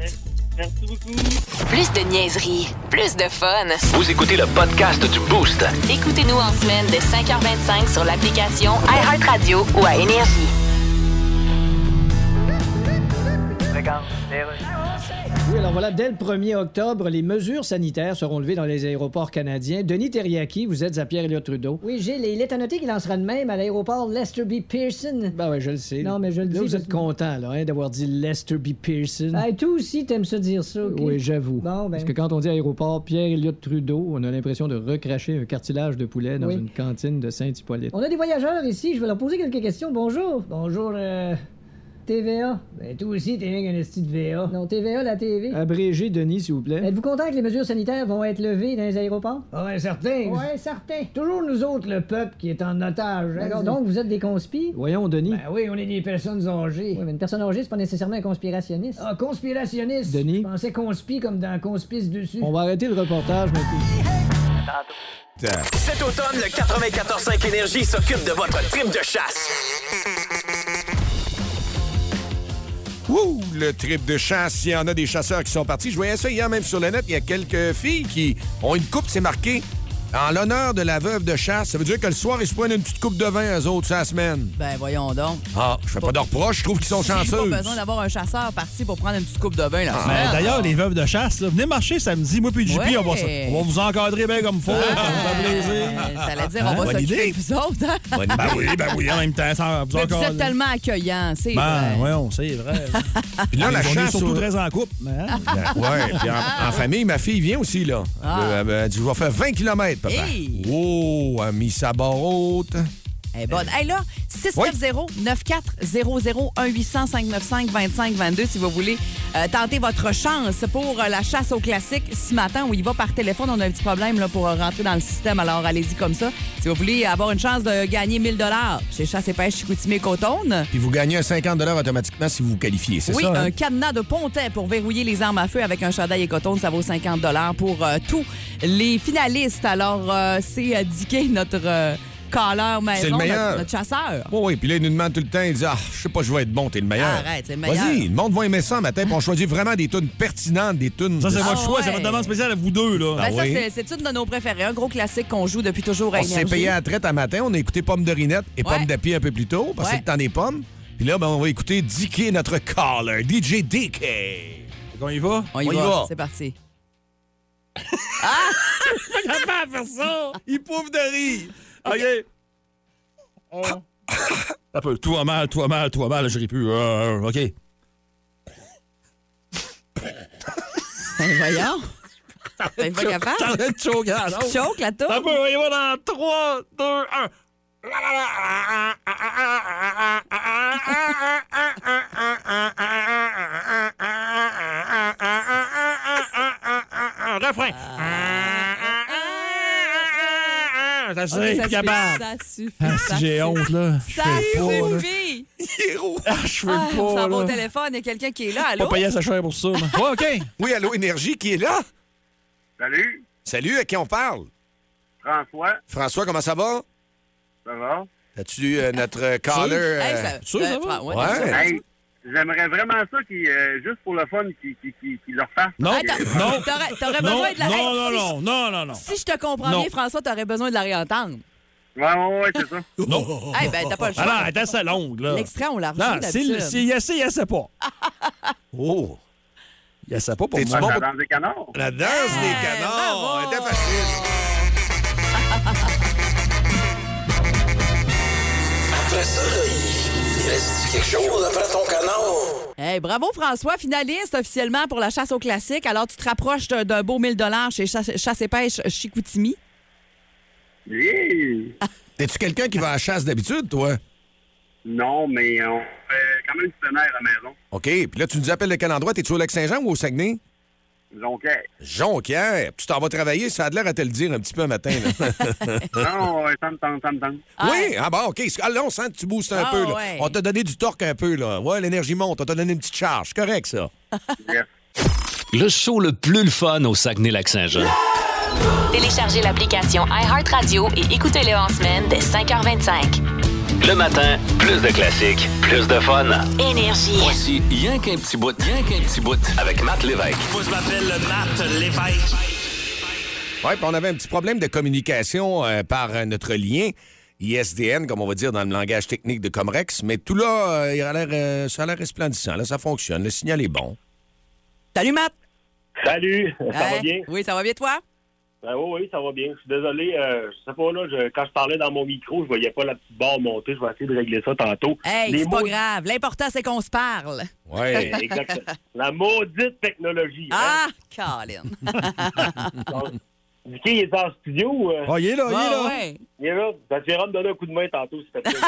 Speaker 6: Merci beaucoup.
Speaker 1: Plus de niaiserie, plus de fun.
Speaker 2: Vous écoutez le podcast du Boost.
Speaker 1: Écoutez-nous en semaine de 5h25 sur l'application iHeartRadio ou à Énergie.
Speaker 7: Oui, alors voilà, dès le 1er octobre, les mesures sanitaires seront levées dans les aéroports canadiens. Denis Terriaki, vous êtes à Pierre-Éliott Trudeau. Oui, Gilles, il est à noter qu'il en sera de même à l'aéroport Lester B. Pearson. Ben oui, je le sais. Non, mais je le dis. vous êtes content, là, hein, d'avoir dit Lester B. Pearson. Ben, toi aussi, t'aimes ça dire ça, ben. Oui, j'avoue. Parce que quand on dit aéroport Pierre-Éliott Trudeau, on a l'impression de recracher un cartilage de poulet dans une cantine de Saint-Hippolyte. On a des voyageurs ici, je vais leur poser quelques questions. Bonjour. Bonjour, TVA. Ben, toi aussi, t'es rien qu'un esti de VA. Non, TVA, la TV. Abrégé, Denis, s'il vous plaît. Êtes-vous content que les mesures sanitaires vont être levées dans les aéroports? Ah, ouais, certain. Ouais, certain. Toujours nous autres, le peuple qui est en otage. Alors donc, vous êtes des conspires? Voyons, Denis. Ben oui, on est des personnes âgées. Oui, mais une personne âgée, c'est pas nécessairement un conspirationniste. Ah, conspirationniste? Denis? Je pensais conspi comme dans Conspice dessus. On va arrêter le reportage maintenant.
Speaker 9: Cet automne, le 94.5 Énergie s'occupe de votre trip de chasse.
Speaker 3: Wouh! Le trip de chasse, il y en a des chasseurs qui sont partis. Je voyais ça hier même sur le net. Il y a quelques filles qui ont une coupe, c'est marqué. En l'honneur de la veuve de chasse, ça veut dire que le soir, ils se prennent une petite coupe de vin, eux autres, ça semaine.
Speaker 4: Ben, voyons donc.
Speaker 3: Ah, je fais pas de reproches, je trouve qu'ils sont
Speaker 4: J'ai
Speaker 3: chanceux.
Speaker 4: pas besoin d'avoir un chasseur parti pour prendre une petite coupe de vin là.
Speaker 5: Mais D'ailleurs, les veuves de chasse, là, venez marcher samedi, moi puis JP,
Speaker 4: Ouais.
Speaker 5: on, va, se- on va vous encadrer bien comme faut. Ça va faire plaisir.
Speaker 4: Ça allait dire, on va
Speaker 5: Ah. Bonne
Speaker 4: s'occuper
Speaker 5: idée.
Speaker 4: de vous autres. hein?
Speaker 5: Ben oui, ben oui, en même temps, ça vous
Speaker 4: Mais vous êtes
Speaker 5: encadrer.
Speaker 4: tellement accueillants, c'est
Speaker 5: Ben,
Speaker 4: vrai.
Speaker 5: ouais, on sait, vrai.
Speaker 3: Puis là, la
Speaker 5: on est
Speaker 3: chasse.
Speaker 5: surtout
Speaker 3: au-
Speaker 5: très en couple. mais, hein?
Speaker 3: Ben, Ouais, puis en, en famille, ma fille vient aussi, là. Euh, Elle, elle dit, je vais faire 20 km, papa.
Speaker 4: Ah. Hey!
Speaker 3: Oh, elle a mis sa barre haute.
Speaker 4: Elle est bonne.
Speaker 3: Euh.
Speaker 4: Hey, là, 690-9400-1800-595-2522 si vous voulez euh, tenter votre chance pour euh, la chasse au classique ce matin où il va par téléphone. On a un petit problème là, pour euh, rentrer dans le système, alors allez-y comme ça. Si vous voulez avoir une chance de gagner 1000 chez Chasse et Pêche Chicoutimi et Cotonne,
Speaker 3: Puis vous gagnez un 50 automatiquement si vous vous qualifiez, c'est
Speaker 4: Oui, euh.
Speaker 3: ça? hein?
Speaker 4: un cadenas de pontet pour verrouiller les armes à feu avec un chandail et coton. Ça vaut 50 pour euh, tous les finalistes. Alors, euh, c'est euh, Dicky, notre... euh, caleur maison,
Speaker 3: le meilleur.
Speaker 4: Notre, notre chasseur.
Speaker 3: Oui, oui. Puis là, il nous demande tout le temps, il dit Ah, je sais pas, je vais être bon, t'es le meilleur.
Speaker 4: Arrête, c'est le meilleur.
Speaker 3: Vas-y, le monde va aimer ça un matin, puis on choisit vraiment des tunes pertinentes, des tunes.
Speaker 5: Ça, c'est
Speaker 3: de-
Speaker 5: votre
Speaker 4: Ah
Speaker 5: choix. C'est
Speaker 4: ouais.
Speaker 5: votre demande spéciale à vous deux, là.
Speaker 3: Ah
Speaker 4: Ben, ça,
Speaker 3: oui.
Speaker 4: c'est- c'est une de nos préférées. Un gros classique qu'on joue depuis toujours à
Speaker 3: On s'est
Speaker 4: Énergie.
Speaker 3: payé à la traite à matin, on a écouté Pomme de Rinette et
Speaker 4: Ouais.
Speaker 3: Pomme d'Api un peu plus tôt, parce que
Speaker 4: Ouais.
Speaker 3: c'est le temps des pommes. Puis là, ben, on va écouter DK, notre caller, DJ DK.
Speaker 5: On y va?
Speaker 4: On y,
Speaker 3: On y
Speaker 4: va.
Speaker 3: va.
Speaker 4: C'est parti.
Speaker 5: Il pouffe de rire. OK. Un peu. Toi mal, toi mal, toi mal, je ris plus. Euh, OK.
Speaker 4: Ben, voyons. Ben, pas capable.
Speaker 5: T'arrêtes de choquer. ah, non.
Speaker 4: Tu choques, la tour.
Speaker 5: Un peu, on y va dans 3, 2, 1. Refrain. Ça
Speaker 4: Ok,
Speaker 5: c'est
Speaker 4: ça
Speaker 5: plus
Speaker 4: suffit.
Speaker 5: capable.
Speaker 4: Ça suffit.
Speaker 5: Ah,
Speaker 4: ça
Speaker 5: si j'ai honte,
Speaker 4: suffit.
Speaker 5: là.
Speaker 4: Ça
Speaker 5: Je fais pas, là.
Speaker 4: suffit.
Speaker 5: Ah, je veux
Speaker 4: Ah, on
Speaker 5: pas,
Speaker 4: s'en va au
Speaker 5: là.
Speaker 4: téléphone, il y a quelqu'un qui est là.
Speaker 5: Pas
Speaker 4: Allô?
Speaker 5: payer sa chair pour ça. là. Ouais, OK.
Speaker 3: Oui, Allô Énergie qui est là. Salut. Salut, à qui on parle?
Speaker 10: François,
Speaker 3: François, comment ça va?
Speaker 10: ça va?
Speaker 3: As-tu euh, notre caller?
Speaker 4: Hey,
Speaker 3: euh,
Speaker 4: ça-
Speaker 5: sûr, ça
Speaker 4: euh,
Speaker 5: va?
Speaker 4: ouais,
Speaker 3: Ouais.
Speaker 4: sûr.
Speaker 10: Hey, j'aimerais vraiment ça qui euh, juste pour le fun, qu'ils le refassent.
Speaker 5: Non.
Speaker 4: Attends,
Speaker 5: Non.
Speaker 4: t'aurais- T'aurais
Speaker 5: Non,
Speaker 4: besoin de la Hey,
Speaker 5: non, non,
Speaker 4: si-
Speaker 5: non, non, non, non.
Speaker 4: Si je te comprends
Speaker 5: Non.
Speaker 4: bien, François, t'aurais besoin de la réentendre.
Speaker 10: Ouais, ouais, ouais, c'est ça.
Speaker 5: Non.
Speaker 4: Eh ben, t'as pas le choix.
Speaker 5: Ah non, elle est assez longue, là.
Speaker 4: L'extrait, on l'a reçu
Speaker 5: Non, s'il
Speaker 4: d'habitude.
Speaker 5: s'il y essaie, il essaie pas.
Speaker 3: Oh!
Speaker 5: Il essaie pas pour
Speaker 3: T'es-tu
Speaker 5: moi.
Speaker 3: bon?
Speaker 10: dans des canards.
Speaker 3: La danse des canards!
Speaker 4: Ah, bravo!
Speaker 3: C'était facile.
Speaker 9: Après ça, là, il, il reste quelque chose après ton canard.
Speaker 4: Hey, bravo François, finaliste officiellement pour la chasse au classique. Alors tu te rapproches d'un d'un beau 1000 dollars chez chasse, Chasse et pêche Chicoutimi.
Speaker 10: Oui.
Speaker 3: T'es-tu quelqu'un qui va à la chasse d'habitude, toi?
Speaker 10: Non, mais on fait quand même du tonnerre à la maison.
Speaker 3: OK. Puis là, tu nous appelles de quel endroit? T'es-tu au Lac-Saint-Jean ou au Saguenay?
Speaker 10: Donc,
Speaker 3: Jonquière. Tu t'en vas travailler, ça a de l'air à te le dire un petit peu un matin. là.
Speaker 10: non, ça me tente, ça me tente.
Speaker 3: oui, ah bah OK. Ah, là, on sent que tu boostes un
Speaker 4: Ah,
Speaker 3: peu. là.
Speaker 4: ouais.
Speaker 3: On t'a donné du torque un peu. là. Ouais, l'énergie monte. On t'a donné une petite charge. Correct, ça.
Speaker 2: Le show le plus le fun au Saguenay-Lac-Saint-Jean.
Speaker 1: Téléchargez l'application iHeartRadio et écoutez-le en semaine dès 5h25.
Speaker 2: Le matin, plus de classiques, plus de fun.
Speaker 1: Énergie.
Speaker 2: Voici Rien qu'un petit bout, rien qu'un petit bout avec Matt Lévesque.
Speaker 9: Moi, je m'appelle Matt Lévesque.
Speaker 3: Oui, puis on avait un petit problème de communication euh, par euh, notre lien. ISDN, comme on va dire dans le langage technique de Comrex, mais tout là, euh, il a l'air, euh, ça a l'air resplendissant. Là, ça fonctionne. Le signal est bon.
Speaker 4: Salut Matt.
Speaker 10: Salut, ça va
Speaker 4: Hey.
Speaker 10: bien?
Speaker 4: Oui, ça va bien toi?
Speaker 10: Ben oui, oui, ça va bien. Je suis désolé, euh, je sais pas, là, je- quand je parlais dans mon micro, je voyais pas la petite barre monter. Je vais essayer de régler ça tantôt.
Speaker 4: Hey,
Speaker 10: Les
Speaker 4: c'est pas
Speaker 10: mots-
Speaker 4: grave. L'important c'est qu'on se parle.
Speaker 3: Oui.
Speaker 10: Exactement. La maudite technologie.
Speaker 4: Ah, Colin.
Speaker 10: Hein? Dicky, il est en studio. euh,
Speaker 5: Ah, il est là, il est là.
Speaker 4: Ouais, ouais.
Speaker 10: Il est là. Ça te verra me donner un coup de main tantôt, si t'as plaisir.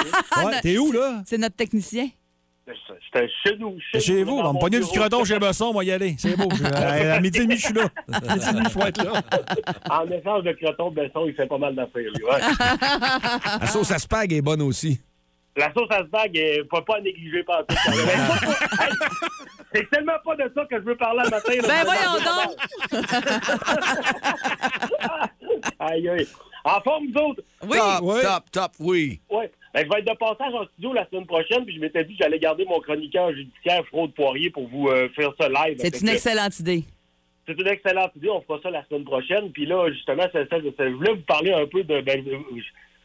Speaker 5: Ouais, T'es où, là?
Speaker 4: C'est notre technicien.
Speaker 10: J'étais chez nous.
Speaker 5: Chez vous,
Speaker 10: dans
Speaker 5: on me
Speaker 10: mon
Speaker 5: pognait du
Speaker 10: bureau.
Speaker 5: croton chez Besson, on va y aller. C'est beau. Je- À à midi et demi, je suis là. À midi et demi, je vais être là.
Speaker 10: En échange de croton, Besson, il fait pas mal d'affaires, lui. ouais.
Speaker 3: La sauce à spag est bonne aussi.
Speaker 10: La sauce à spag, elle faut pas négliger pas tout. quand même. Hey, C'est tellement pas de ça que je veux parler le matin. là.
Speaker 4: Ben voyons donc.
Speaker 10: Aïe, aïe. En forme, vous autres.
Speaker 4: Oui.
Speaker 3: Top, top, top, oui.
Speaker 10: Ouais. Ben, je vais être de passage en studio la semaine prochaine, puis je m'étais dit que j'allais garder mon chroniqueur judiciaire Fraude Poirier pour vous euh, faire ça live. Fait
Speaker 4: C'est une
Speaker 10: que-
Speaker 4: excellente idée.
Speaker 10: C'est une excellente idée. On fera ça la semaine prochaine. Puis là, justement, c'est- c'est- c'est- je voulais vous parler un peu de. ben, euh,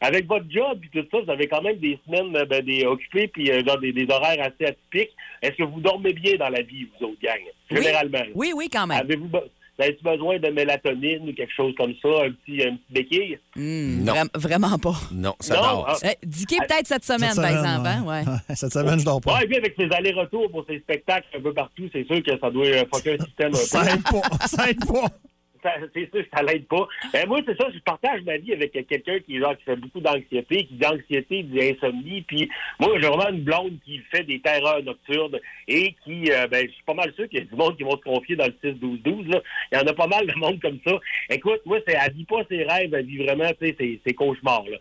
Speaker 10: avec votre job et tout ça, vous avez quand même des semaines euh, ben, des occupées puis euh, genre des, des horaires assez atypiques. Est-ce que vous dormez bien dans la vie, vous autres gang, généralement?
Speaker 4: Oui, oui, quand même.
Speaker 10: Avez-vous be- avez-tu besoin de mélatonine ou quelque chose comme ça, un petit, un petit béquille?
Speaker 4: Hmm,
Speaker 3: Non.
Speaker 4: vra- vraiment pas.
Speaker 3: Non, ça
Speaker 10: Non,
Speaker 3: passe.
Speaker 4: Eh, Dicky, peut-être cette semaine,
Speaker 5: Cette
Speaker 4: par
Speaker 5: semaine,
Speaker 4: exemple. hein,
Speaker 5: ouais.
Speaker 4: ouais.
Speaker 5: Cette semaine, je dors pas.
Speaker 10: Ouais, et puis avec ces allers-retours pour ces spectacles un peu partout, c'est sûr que ça doit euh, fucker un système un peu.
Speaker 5: Ça aide pas. Ça aide pas.
Speaker 10: Ça- c'est sûr que ça l'aide pas. Ben, moi, c'est ça, je partage ma vie avec quelqu'un qui, genre, qui fait beaucoup d'anxiété, qui d'anxiété, dit insomnie. Puis moi, j'ai vraiment une blonde qui fait des terreurs nocturnes et qui, euh, ben, je suis pas mal sûr qu'il y a du monde qui vont se confier dans le 6-12-12. là. Il y en a pas mal de monde comme ça. Écoute, moi, c'est, elle vit pas ses rêves, elle vit vraiment tu sais, ses, ses cauchemars. là.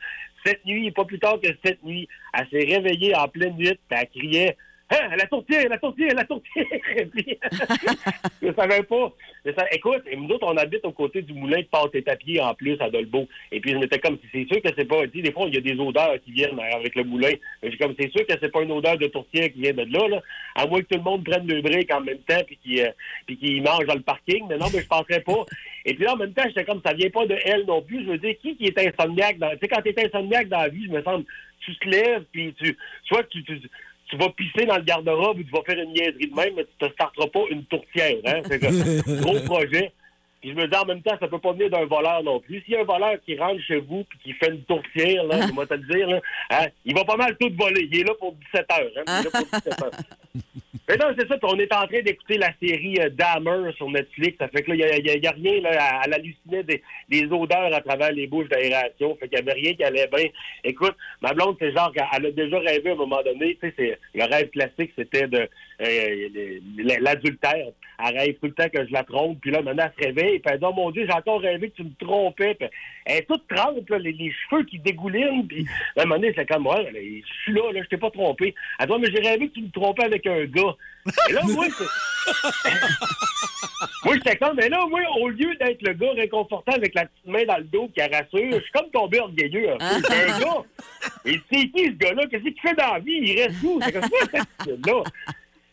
Speaker 10: Cette nuit, pas plus tard que cette nuit, elle s'est réveillée en pleine nuit, puis elle criait Hein, la tourtière, la tourtière, la tourtière! Et puis, je savais pas. Je savais- écoute, et nous autres, on habite aux côtés du moulin de pâte et papier en plus à Dolbeau. Et puis, je m'étais comme, c'est sûr que c'est pas. Tu sais, des fois, il y a des odeurs qui viennent hein, avec le moulin. Mais J'ai comme, c'est sûr que c'est pas une odeur de tourtière qui vient de là, là. À moins que tout le monde prenne le briques en même temps puis qu'ils euh, puis qu'ils mangent dans le parking. Mais non, mais je penserais pas. Et puis là, en même temps, j'étais comme, ça vient pas de elle non plus. Je veux dire, qui, qui est insomniaque? dans- Tu sais, quand t'es insomniaque dans la vie, je me semble, tu te lèves puis tu. Soit tu- tu tu vas pisser dans le garde-robe ou tu vas faire une niaiserie de même, mais tu te starteras pas une tourtière. Hein? C'est que, gros projet. Puis je me dis en même temps, ça peut pas venir d'un voleur non plus. S'il y a un voleur qui rentre chez vous puis qui fait une tourtière, là, moi te le dire, là, hein, il va pas mal tout voler. Il est là pour 17 heures. hein. Il est là pour 17 heures. Mais non, c'est ça. puis on est en train d'écouter la série euh, Dahmer sur Netflix. Ça fait que là, il n'y a, y a rien. Là, à- elle hallucinait des, des odeurs à travers les bouches d'aération. Fait qu'il n'y avait rien qui allait bien. Écoute, ma blonde, c'est genre qu'elle elle a déjà rêvé à un moment donné. Tu sais, c'est- le rêve classique, c'était de euh, le- l'adultère. Elle rêve tout le temps que je la trompe. Puis là, maintenant, elle se réveille. Puis elle dit, oh mon Dieu, j'ai encore rêvé que tu me trompais. Puis elle est toute trempe, là, les, les cheveux qui dégoulinent. Puis à un moment donné, c'est comme, ouais, je suis là, là, je t'ai pas trompé. Elle dit, Ouais, mais j'ai rêvé que tu me trompais avec un gars. Et là, moi, c'est- moi, j'étais comme, mais là, moi, au lieu d'être le gars réconfortant avec la petite main dans le dos qui la rassure, je suis comme tombé orgueilleux. un peu. C'est un gars. Et c'est qui, ce gars-là? Qu'est-ce qu'il fait dans la vie? Il reste où? C'est comme ça, cette là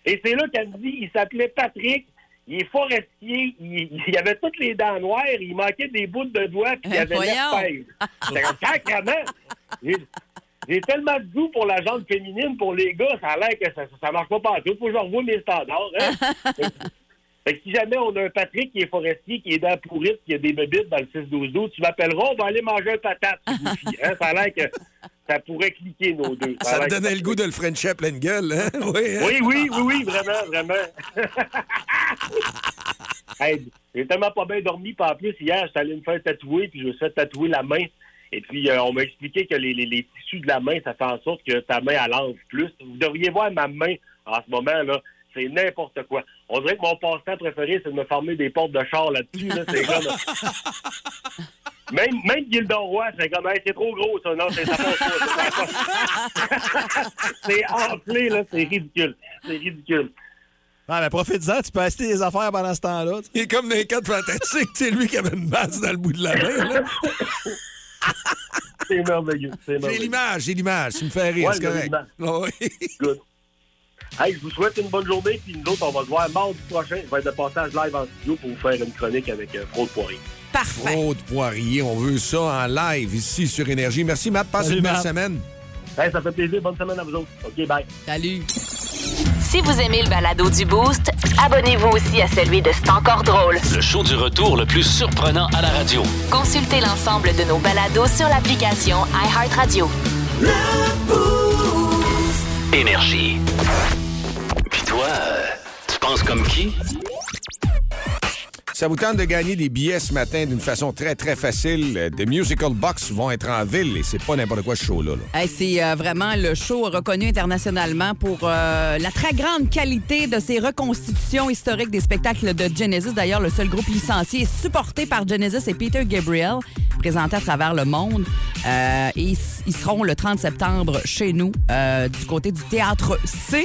Speaker 10: Et c'est là qu'elle me dit, il s'appelait Patrick. Il est forestier, il, il avait toutes les dents noires, il manquait des bouts de doigts, puis il avait
Speaker 4: Voyons.
Speaker 10: l'espèce. J'étais comme, sacrément! J'ai- J'ai tellement de goût pour la jambe féminine, pour les gars, ça a l'air que ça, ça marche pas partout. Faut que je revoie mes standards. hein. Fait que si jamais on a un Patrick qui est forestier, qui est dans la pourrite, qui a des bébites dans le 6-12-12, tu m'appelleras, on va aller manger un patate. tu vous fies, hein. Ça a l'air que ça pourrait cliquer, nos deux. a
Speaker 3: Ça
Speaker 10: l'air
Speaker 3: te
Speaker 10: que-
Speaker 3: donnait le goût de le French à pleine gueule, hein? Oui, hein?
Speaker 10: Oui, oui, oui, oui, vraiment, vraiment. Hey, j'ai tellement pas bien dormi, puis en plus, hier, j'étais allé me faire tatouer, puis je me suis fait tatouer la main. Et puis, euh, on m'a expliqué que les, les- les tissus de la main, ça fait en sorte que ta main, elle lance plus. Vous devriez voir ma main en ce moment, là. C'est n'importe quoi. On dirait que mon passe-temps préféré, c'est de me fermer des portes de char là-dessus. Là. C'est comme... Même, même Gildon Roy, c'est comme, Hey, c'est trop gros, ça. Non, c'est ça passe pas. ça passe pas. C'est enflé, là. C'est ridicule. C'est ridicule.
Speaker 5: Ah, mais profite-en, tu peux acheter des affaires pendant ce temps-là. tu sais.
Speaker 3: Il est comme dans les quatre fantastiques, c'est lui qui avait une masse dans le bout de la main, là.
Speaker 10: C'est merveilleux. C'est
Speaker 3: J'ai
Speaker 10: merveilleux.
Speaker 3: l'image, j'ai l'image, tu me fais rire,
Speaker 10: Ben Ouais,
Speaker 3: c'est
Speaker 10: j'ai
Speaker 3: correct. Ah Oui.
Speaker 10: Good. Hey, je vous souhaite une bonne journée, puis nous autres, on va se voir mardi prochain. Je vais être de passage live en studio pour vous faire une chronique avec euh, Fraude Poirier.
Speaker 4: Parfait.
Speaker 3: Fraude Poirier, on veut ça en live ici sur Énergie. Merci Matt, passe
Speaker 5: Salut,
Speaker 3: une belle
Speaker 5: Matt.
Speaker 3: semaine.
Speaker 10: Hey, ça fait plaisir. Bonne semaine à vous autres. OK, bye.
Speaker 4: Salut.
Speaker 1: Si vous aimez le balado du Boost, abonnez-vous aussi à celui de C'est encore drôle.
Speaker 2: Le show du retour le plus surprenant à la radio.
Speaker 1: Consultez l'ensemble de nos balados sur l'application iHeartRadio.
Speaker 2: Énergie. Puis toi, euh, tu penses comme qui?
Speaker 3: Ça vous tente de gagner des billets ce matin d'une façon très, très facile. Euh, The Musical Box vont être en ville et c'est pas n'importe quoi ce show-là. là.
Speaker 4: Hey, c'est euh, vraiment le show reconnu internationalement pour euh, la très grande qualité de ses reconstitutions historiques des spectacles de Genesis. D'ailleurs, le seul groupe licencié et supporté par Genesis est Peter Gabriel, présenté à travers le monde. Euh, et ils, ils seront le 30 septembre chez nous, euh, du côté du Théâtre C,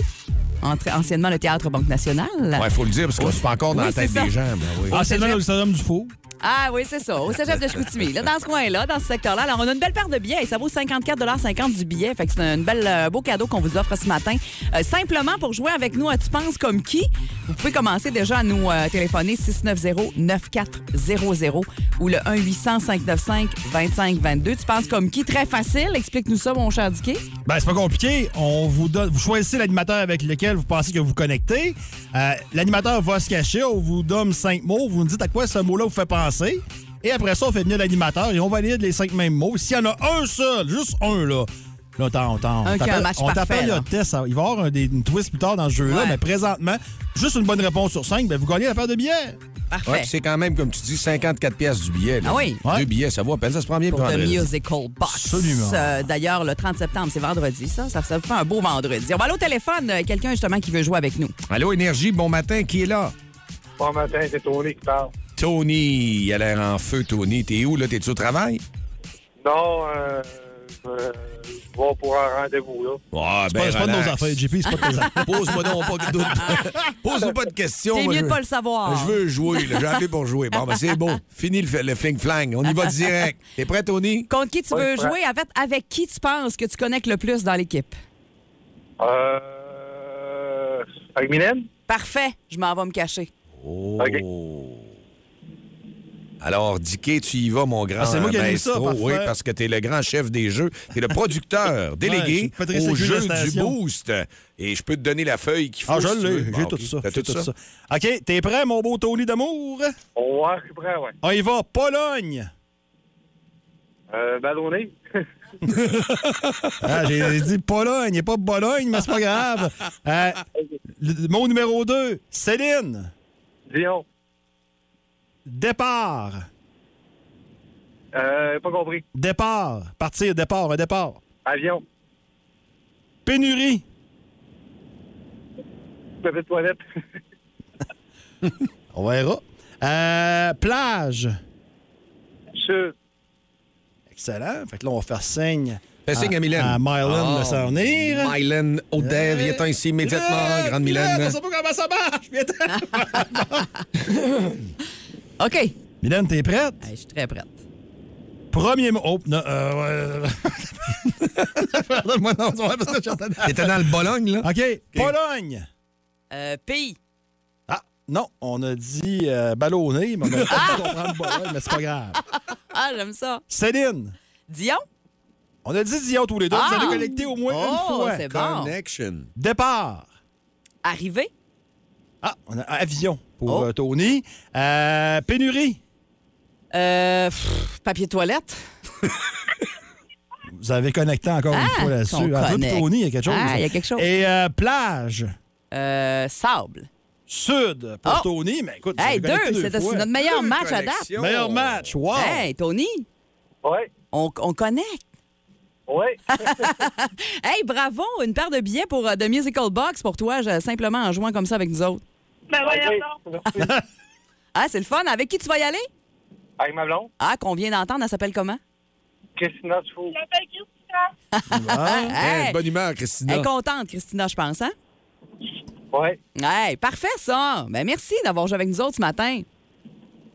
Speaker 4: entre- anciennement le Théâtre Banque Nationale.
Speaker 3: Ouais, faut le dire parce qu'on se fait encore dans
Speaker 4: Oui,
Speaker 3: la tête
Speaker 4: c'est ça.
Speaker 3: des gens. mais oui.
Speaker 5: Ah, c'est là le stadium du fou.
Speaker 4: Ah oui, c'est ça, au cégep de Chicoutimi, là, dans ce coin-là, dans ce secteur-là. Alors, on a une belle paire de billets et ça vaut 54,50 du billet. Fait que c'est un bel, euh, beau cadeau qu'on vous offre ce matin. Euh, simplement pour jouer avec nous à Tu penses comme qui, vous pouvez commencer déjà à nous euh, téléphoner 690-9400 ou le 1-800-595-2522. Tu penses comme qui? Très facile. Explique-nous ça, mon cher Dicky.
Speaker 5: Ben, c'est pas compliqué. On vous donne, vous choisissez l'animateur avec lequel vous pensez que vous connectez. Euh, l'animateur va se cacher. On vous donne cinq mots. Vous nous dites à quoi ce mot-là vous fait penser. Et après ça, on fait venir l'animateur et on valide les cinq mêmes mots. S'il y en a un seul, juste un, là. Là, t'en- t'en-
Speaker 4: Un
Speaker 5: on
Speaker 4: qui a un
Speaker 5: t'appelle-
Speaker 4: match
Speaker 5: on
Speaker 4: parfait,
Speaker 5: t'appelle
Speaker 4: là.
Speaker 5: le test. Il va y avoir un des- une twist plus tard dans ce jeu-là,
Speaker 4: Ouais.
Speaker 5: mais présentement, juste une bonne réponse sur cinq, ben, vous gagnez la paire de billets.
Speaker 4: Parfait.
Speaker 3: Ouais, puis c'est quand même, comme tu dis, 54 pièces du billet. là.
Speaker 4: Ah oui.
Speaker 5: Ouais.
Speaker 3: Deux billets, ça vaut à peine. Ça se prend bien
Speaker 4: pour
Speaker 3: pour
Speaker 4: The
Speaker 3: André, là.
Speaker 4: Musical Box.
Speaker 5: Absolument.
Speaker 4: Euh, D'ailleurs, le 30 septembre, c'est vendredi, ça. Ça, ça fait un beau vendredi. On va aller au téléphone. euh, Quelqu'un, justement, qui veut jouer avec nous.
Speaker 3: Allô, Énergie, bon matin. Qui est là?
Speaker 10: Bon matin, c'est Tony qui parle.
Speaker 3: Tony, il a l'air en feu, Tony. T'es où, là? T'es-tu au travail?
Speaker 10: Non,
Speaker 11: euh, je vais pour un rendez-vous, là.
Speaker 3: Ah,
Speaker 5: C'est
Speaker 3: ben
Speaker 5: pas- c'est pas de
Speaker 3: relax.
Speaker 5: nos affaires, JP, c'est pas de tes affaires.
Speaker 3: Pose-moi donc pas de doute. Pose-nous pas de questions.
Speaker 4: C'est
Speaker 3: moi,
Speaker 4: mieux
Speaker 3: je-
Speaker 4: de pas le savoir.
Speaker 3: Je veux jouer, là. J'ai appelé pour jouer. Bon, ben c'est bon. Fini le, le fling-flang. On y va direct. T'es prêt, Tony?
Speaker 4: Contre qui tu veux jouer? Avec, avec qui tu penses que tu connectes le plus dans l'équipe?
Speaker 11: Euh, avec Mylène?
Speaker 4: Parfait, je m'en vais me cacher.
Speaker 3: Oh. Alors, Dicky, tu y vas, mon grand
Speaker 5: Ah, c'est moi qui anime
Speaker 3: maestro.
Speaker 5: ça, parfait.
Speaker 3: oui, parce que tu es le grand chef des jeux. Tu es le producteur
Speaker 5: Ouais, je suis
Speaker 3: délégué
Speaker 5: Patrice
Speaker 3: au
Speaker 5: Lécuyer de
Speaker 3: jeu
Speaker 5: la
Speaker 3: du
Speaker 5: station.
Speaker 3: Boost. Et je peux te donner la feuille qu'il faut.
Speaker 5: Ah, je
Speaker 3: si tu veux.
Speaker 5: l'ai, j'ai
Speaker 3: Bon,
Speaker 5: tout
Speaker 3: ok.
Speaker 5: ça.
Speaker 3: T'as
Speaker 5: j'ai
Speaker 3: tout ça?
Speaker 5: OK, t'es prêt, mon beau Tony d'amour?
Speaker 11: Ouais, je suis prêt, ouais.
Speaker 5: On y va, Pologne!
Speaker 11: Euh, ballonné?
Speaker 5: Ah, j'ai dit Pologne et pas Bologne, mais c'est pas grave. Euh, le- mon numéro 2, Céline.
Speaker 11: Dion.
Speaker 5: Départ.
Speaker 11: Euh, pas compris.
Speaker 5: Départ. Partir, départ, un départ.
Speaker 11: Avion.
Speaker 5: Pénurie.
Speaker 11: Petite toilette.
Speaker 5: On verra. Euh, plage.
Speaker 11: Sud.
Speaker 5: Excellent. Fait que là, on va faire signe.
Speaker 3: Fais signe à Mylène.
Speaker 5: À Mylan
Speaker 3: Oh.
Speaker 5: de s'en Ah, venir.
Speaker 3: Mylène Audet, viens-t'en ici immédiatement, grande Mylène.
Speaker 5: Je sais pas comment ça marche. viens-t'en.
Speaker 4: OK.
Speaker 5: Mylène, t'es prête?
Speaker 4: Hey, je suis très prête.
Speaker 5: Premier mot. Oh, non, euh, ouais. Pardonne-moi, non, c'est vrai, parce que j'entendais-
Speaker 3: T'étais dans le Bologne, là?
Speaker 5: OK. Pologne.
Speaker 4: Euh, pays.
Speaker 5: Ah, non, on a dit euh, ballonné, mais on a pas pu comprendre Bologne, mais c'est pas grave.
Speaker 4: Ah, j'aime ça.
Speaker 5: Céline,
Speaker 4: Dion?
Speaker 5: on a dit Dion tous les deux.
Speaker 4: Ah!
Speaker 5: Vous allez connecter au moins
Speaker 4: Oh,
Speaker 5: une fois.
Speaker 4: c'est bon.
Speaker 3: Connection.
Speaker 5: Départ.
Speaker 4: Arrivé?
Speaker 5: Ah, on a avion pour
Speaker 4: Oh.
Speaker 5: euh, Tony. Euh, pénurie.
Speaker 4: Euh, pff, papier toilette?
Speaker 5: Vous avez connecté encore une
Speaker 4: Ah,
Speaker 5: fois
Speaker 4: qu'on
Speaker 5: là-dessus. Entre
Speaker 4: connecte.
Speaker 5: Tony, il y a quelque chose.
Speaker 4: Ah, il y a quelque chose.
Speaker 5: Et euh, plage.
Speaker 4: Euh, sable.
Speaker 5: Sud pour
Speaker 4: Oh.
Speaker 5: Tony. Mais écoute, vous
Speaker 4: Hey,
Speaker 5: avez connecté
Speaker 4: deux, c'était
Speaker 5: fois.
Speaker 4: c'est notre meilleur match à date.
Speaker 3: Connexion.
Speaker 5: Meilleur match. Wow.
Speaker 4: Hey, Tony,
Speaker 11: Ouais.
Speaker 4: on, on connecte.
Speaker 11: Ouais.
Speaker 6: Ah,
Speaker 4: Hey, bravo! Une paire de billets pour euh, The Musical Box pour toi, je- simplement en jouant comme ça avec nous autres.
Speaker 6: Ben voyons donc.
Speaker 11: Ok. Merci.
Speaker 4: Ah, c'est le fun. Avec qui tu vas y aller?
Speaker 11: Avec ma blonde.
Speaker 4: Ah, qu'on vient d'entendre, elle s'appelle comment?
Speaker 11: Christina Dufour.
Speaker 6: Je m'appelle Christina.
Speaker 5: Ah.
Speaker 3: Hey,
Speaker 4: Hey,
Speaker 3: bonne humeur,
Speaker 4: elle
Speaker 3: Christina.
Speaker 4: est contente, Christina, je pense, hein?
Speaker 11: Ouais.
Speaker 4: Hey, parfait, ça! Ben, merci d'avoir joué avec nous autres ce matin.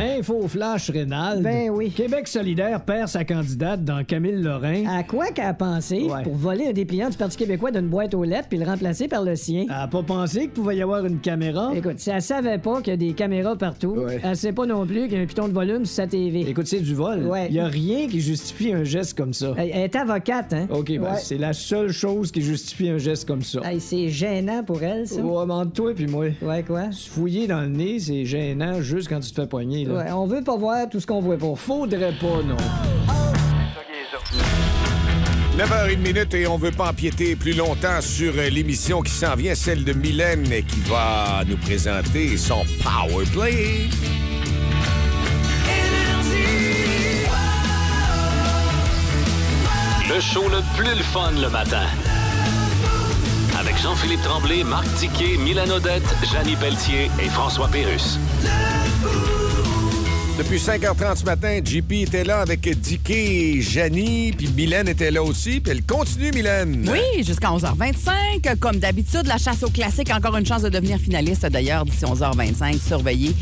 Speaker 7: Info flash rénal.
Speaker 12: Ben oui.
Speaker 7: Québec solidaire perd sa candidate dans Camille Lorrain.
Speaker 12: À quoi qu'elle a pensé
Speaker 7: Ouais.
Speaker 12: pour voler un dépliant du Parti québécois d'une boîte aux lettres puis le remplacer par le sien?
Speaker 7: Elle a pas pensé qu'il pouvait y avoir une caméra?
Speaker 12: Écoute, si elle savait pas qu'il y a des caméras partout,
Speaker 7: Ouais.
Speaker 12: elle sait pas non plus qu'il y a un piton de volume sur sa TV.
Speaker 7: Écoute, c'est du vol.
Speaker 12: Ouais.
Speaker 7: Il y a rien qui justifie un geste comme ça.
Speaker 12: Elle, elle est avocate, hein?
Speaker 7: OK, ben,
Speaker 12: Ouais.
Speaker 7: c'est la seule chose qui justifie un geste comme ça.
Speaker 12: Hey, c'est gênant pour elle, ça.
Speaker 7: Ouais, mais entre toi puis moi.
Speaker 12: Ouais, quoi?
Speaker 7: Se fouiller dans le nez, c'est gênant juste quand tu te fais poigner, là.
Speaker 12: Ouais, on veut pas voir tout ce qu'on voit pas.
Speaker 7: Faudrait pas, non.
Speaker 3: 9h01 minute et on veut pas empiéter plus longtemps sur euh, l'émission qui s'en vient, celle de Mylène euh, qui va nous présenter son Power Play.
Speaker 2: Le show le plus le fun le matin. Avec Jean-Philippe Tremblay, Marc Diquet, Milan Odette, Janine Pelletier et François Pérus.
Speaker 3: Depuis 5h30 ce matin, JP était là avec Dicky et Janie, puis Mylène était là aussi, puis elle continue, Mylène.
Speaker 4: Oui, jusqu'à 11h25. Comme d'habitude, la chasse au classique, encore une chance de devenir finaliste d'ailleurs d'ici 11h25. Surveillez,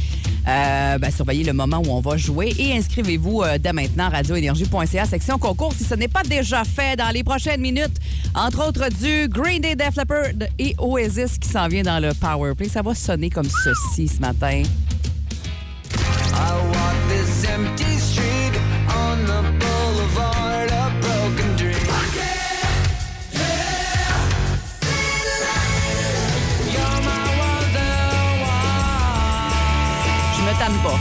Speaker 4: euh, ben, surveillez le moment où on va jouer et inscrivez-vous euh, dès maintenant radioénergie.ca section concours si ce n'est pas déjà fait dans les prochaines minutes. Entre autres du Green Day, Def Leppard et Oasis qui s'en vient dans le Power Play. Ça va sonner comme ceci ce matin. Je me tanne pas.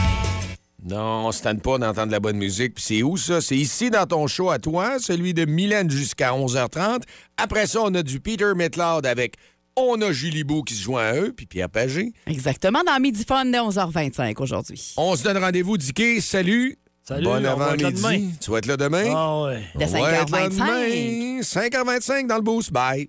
Speaker 3: Non, on se tanne pas d'entendre de la bonne musique. Puis c'est où ça? C'est ici dans ton show à toi, celui de Mylène jusqu'à 11h30. Après ça, on a du Peter Metlard avec On a Julie Bou qui se joint à eux, puis Pierre Pagé.
Speaker 4: Exactement, dans Midi Fun, dès 11h25 aujourd'hui.
Speaker 3: On se donne rendez-vous, Dicky. Salut.
Speaker 4: Salut,
Speaker 3: Bon
Speaker 4: on va être là
Speaker 3: avant-midi.
Speaker 4: demain. Oh.
Speaker 3: Tu vas être là demain?
Speaker 5: Ah ouais.
Speaker 3: On
Speaker 4: De
Speaker 3: va être là
Speaker 4: 5h25.
Speaker 3: demain. 5h25 dans le boost. Bye.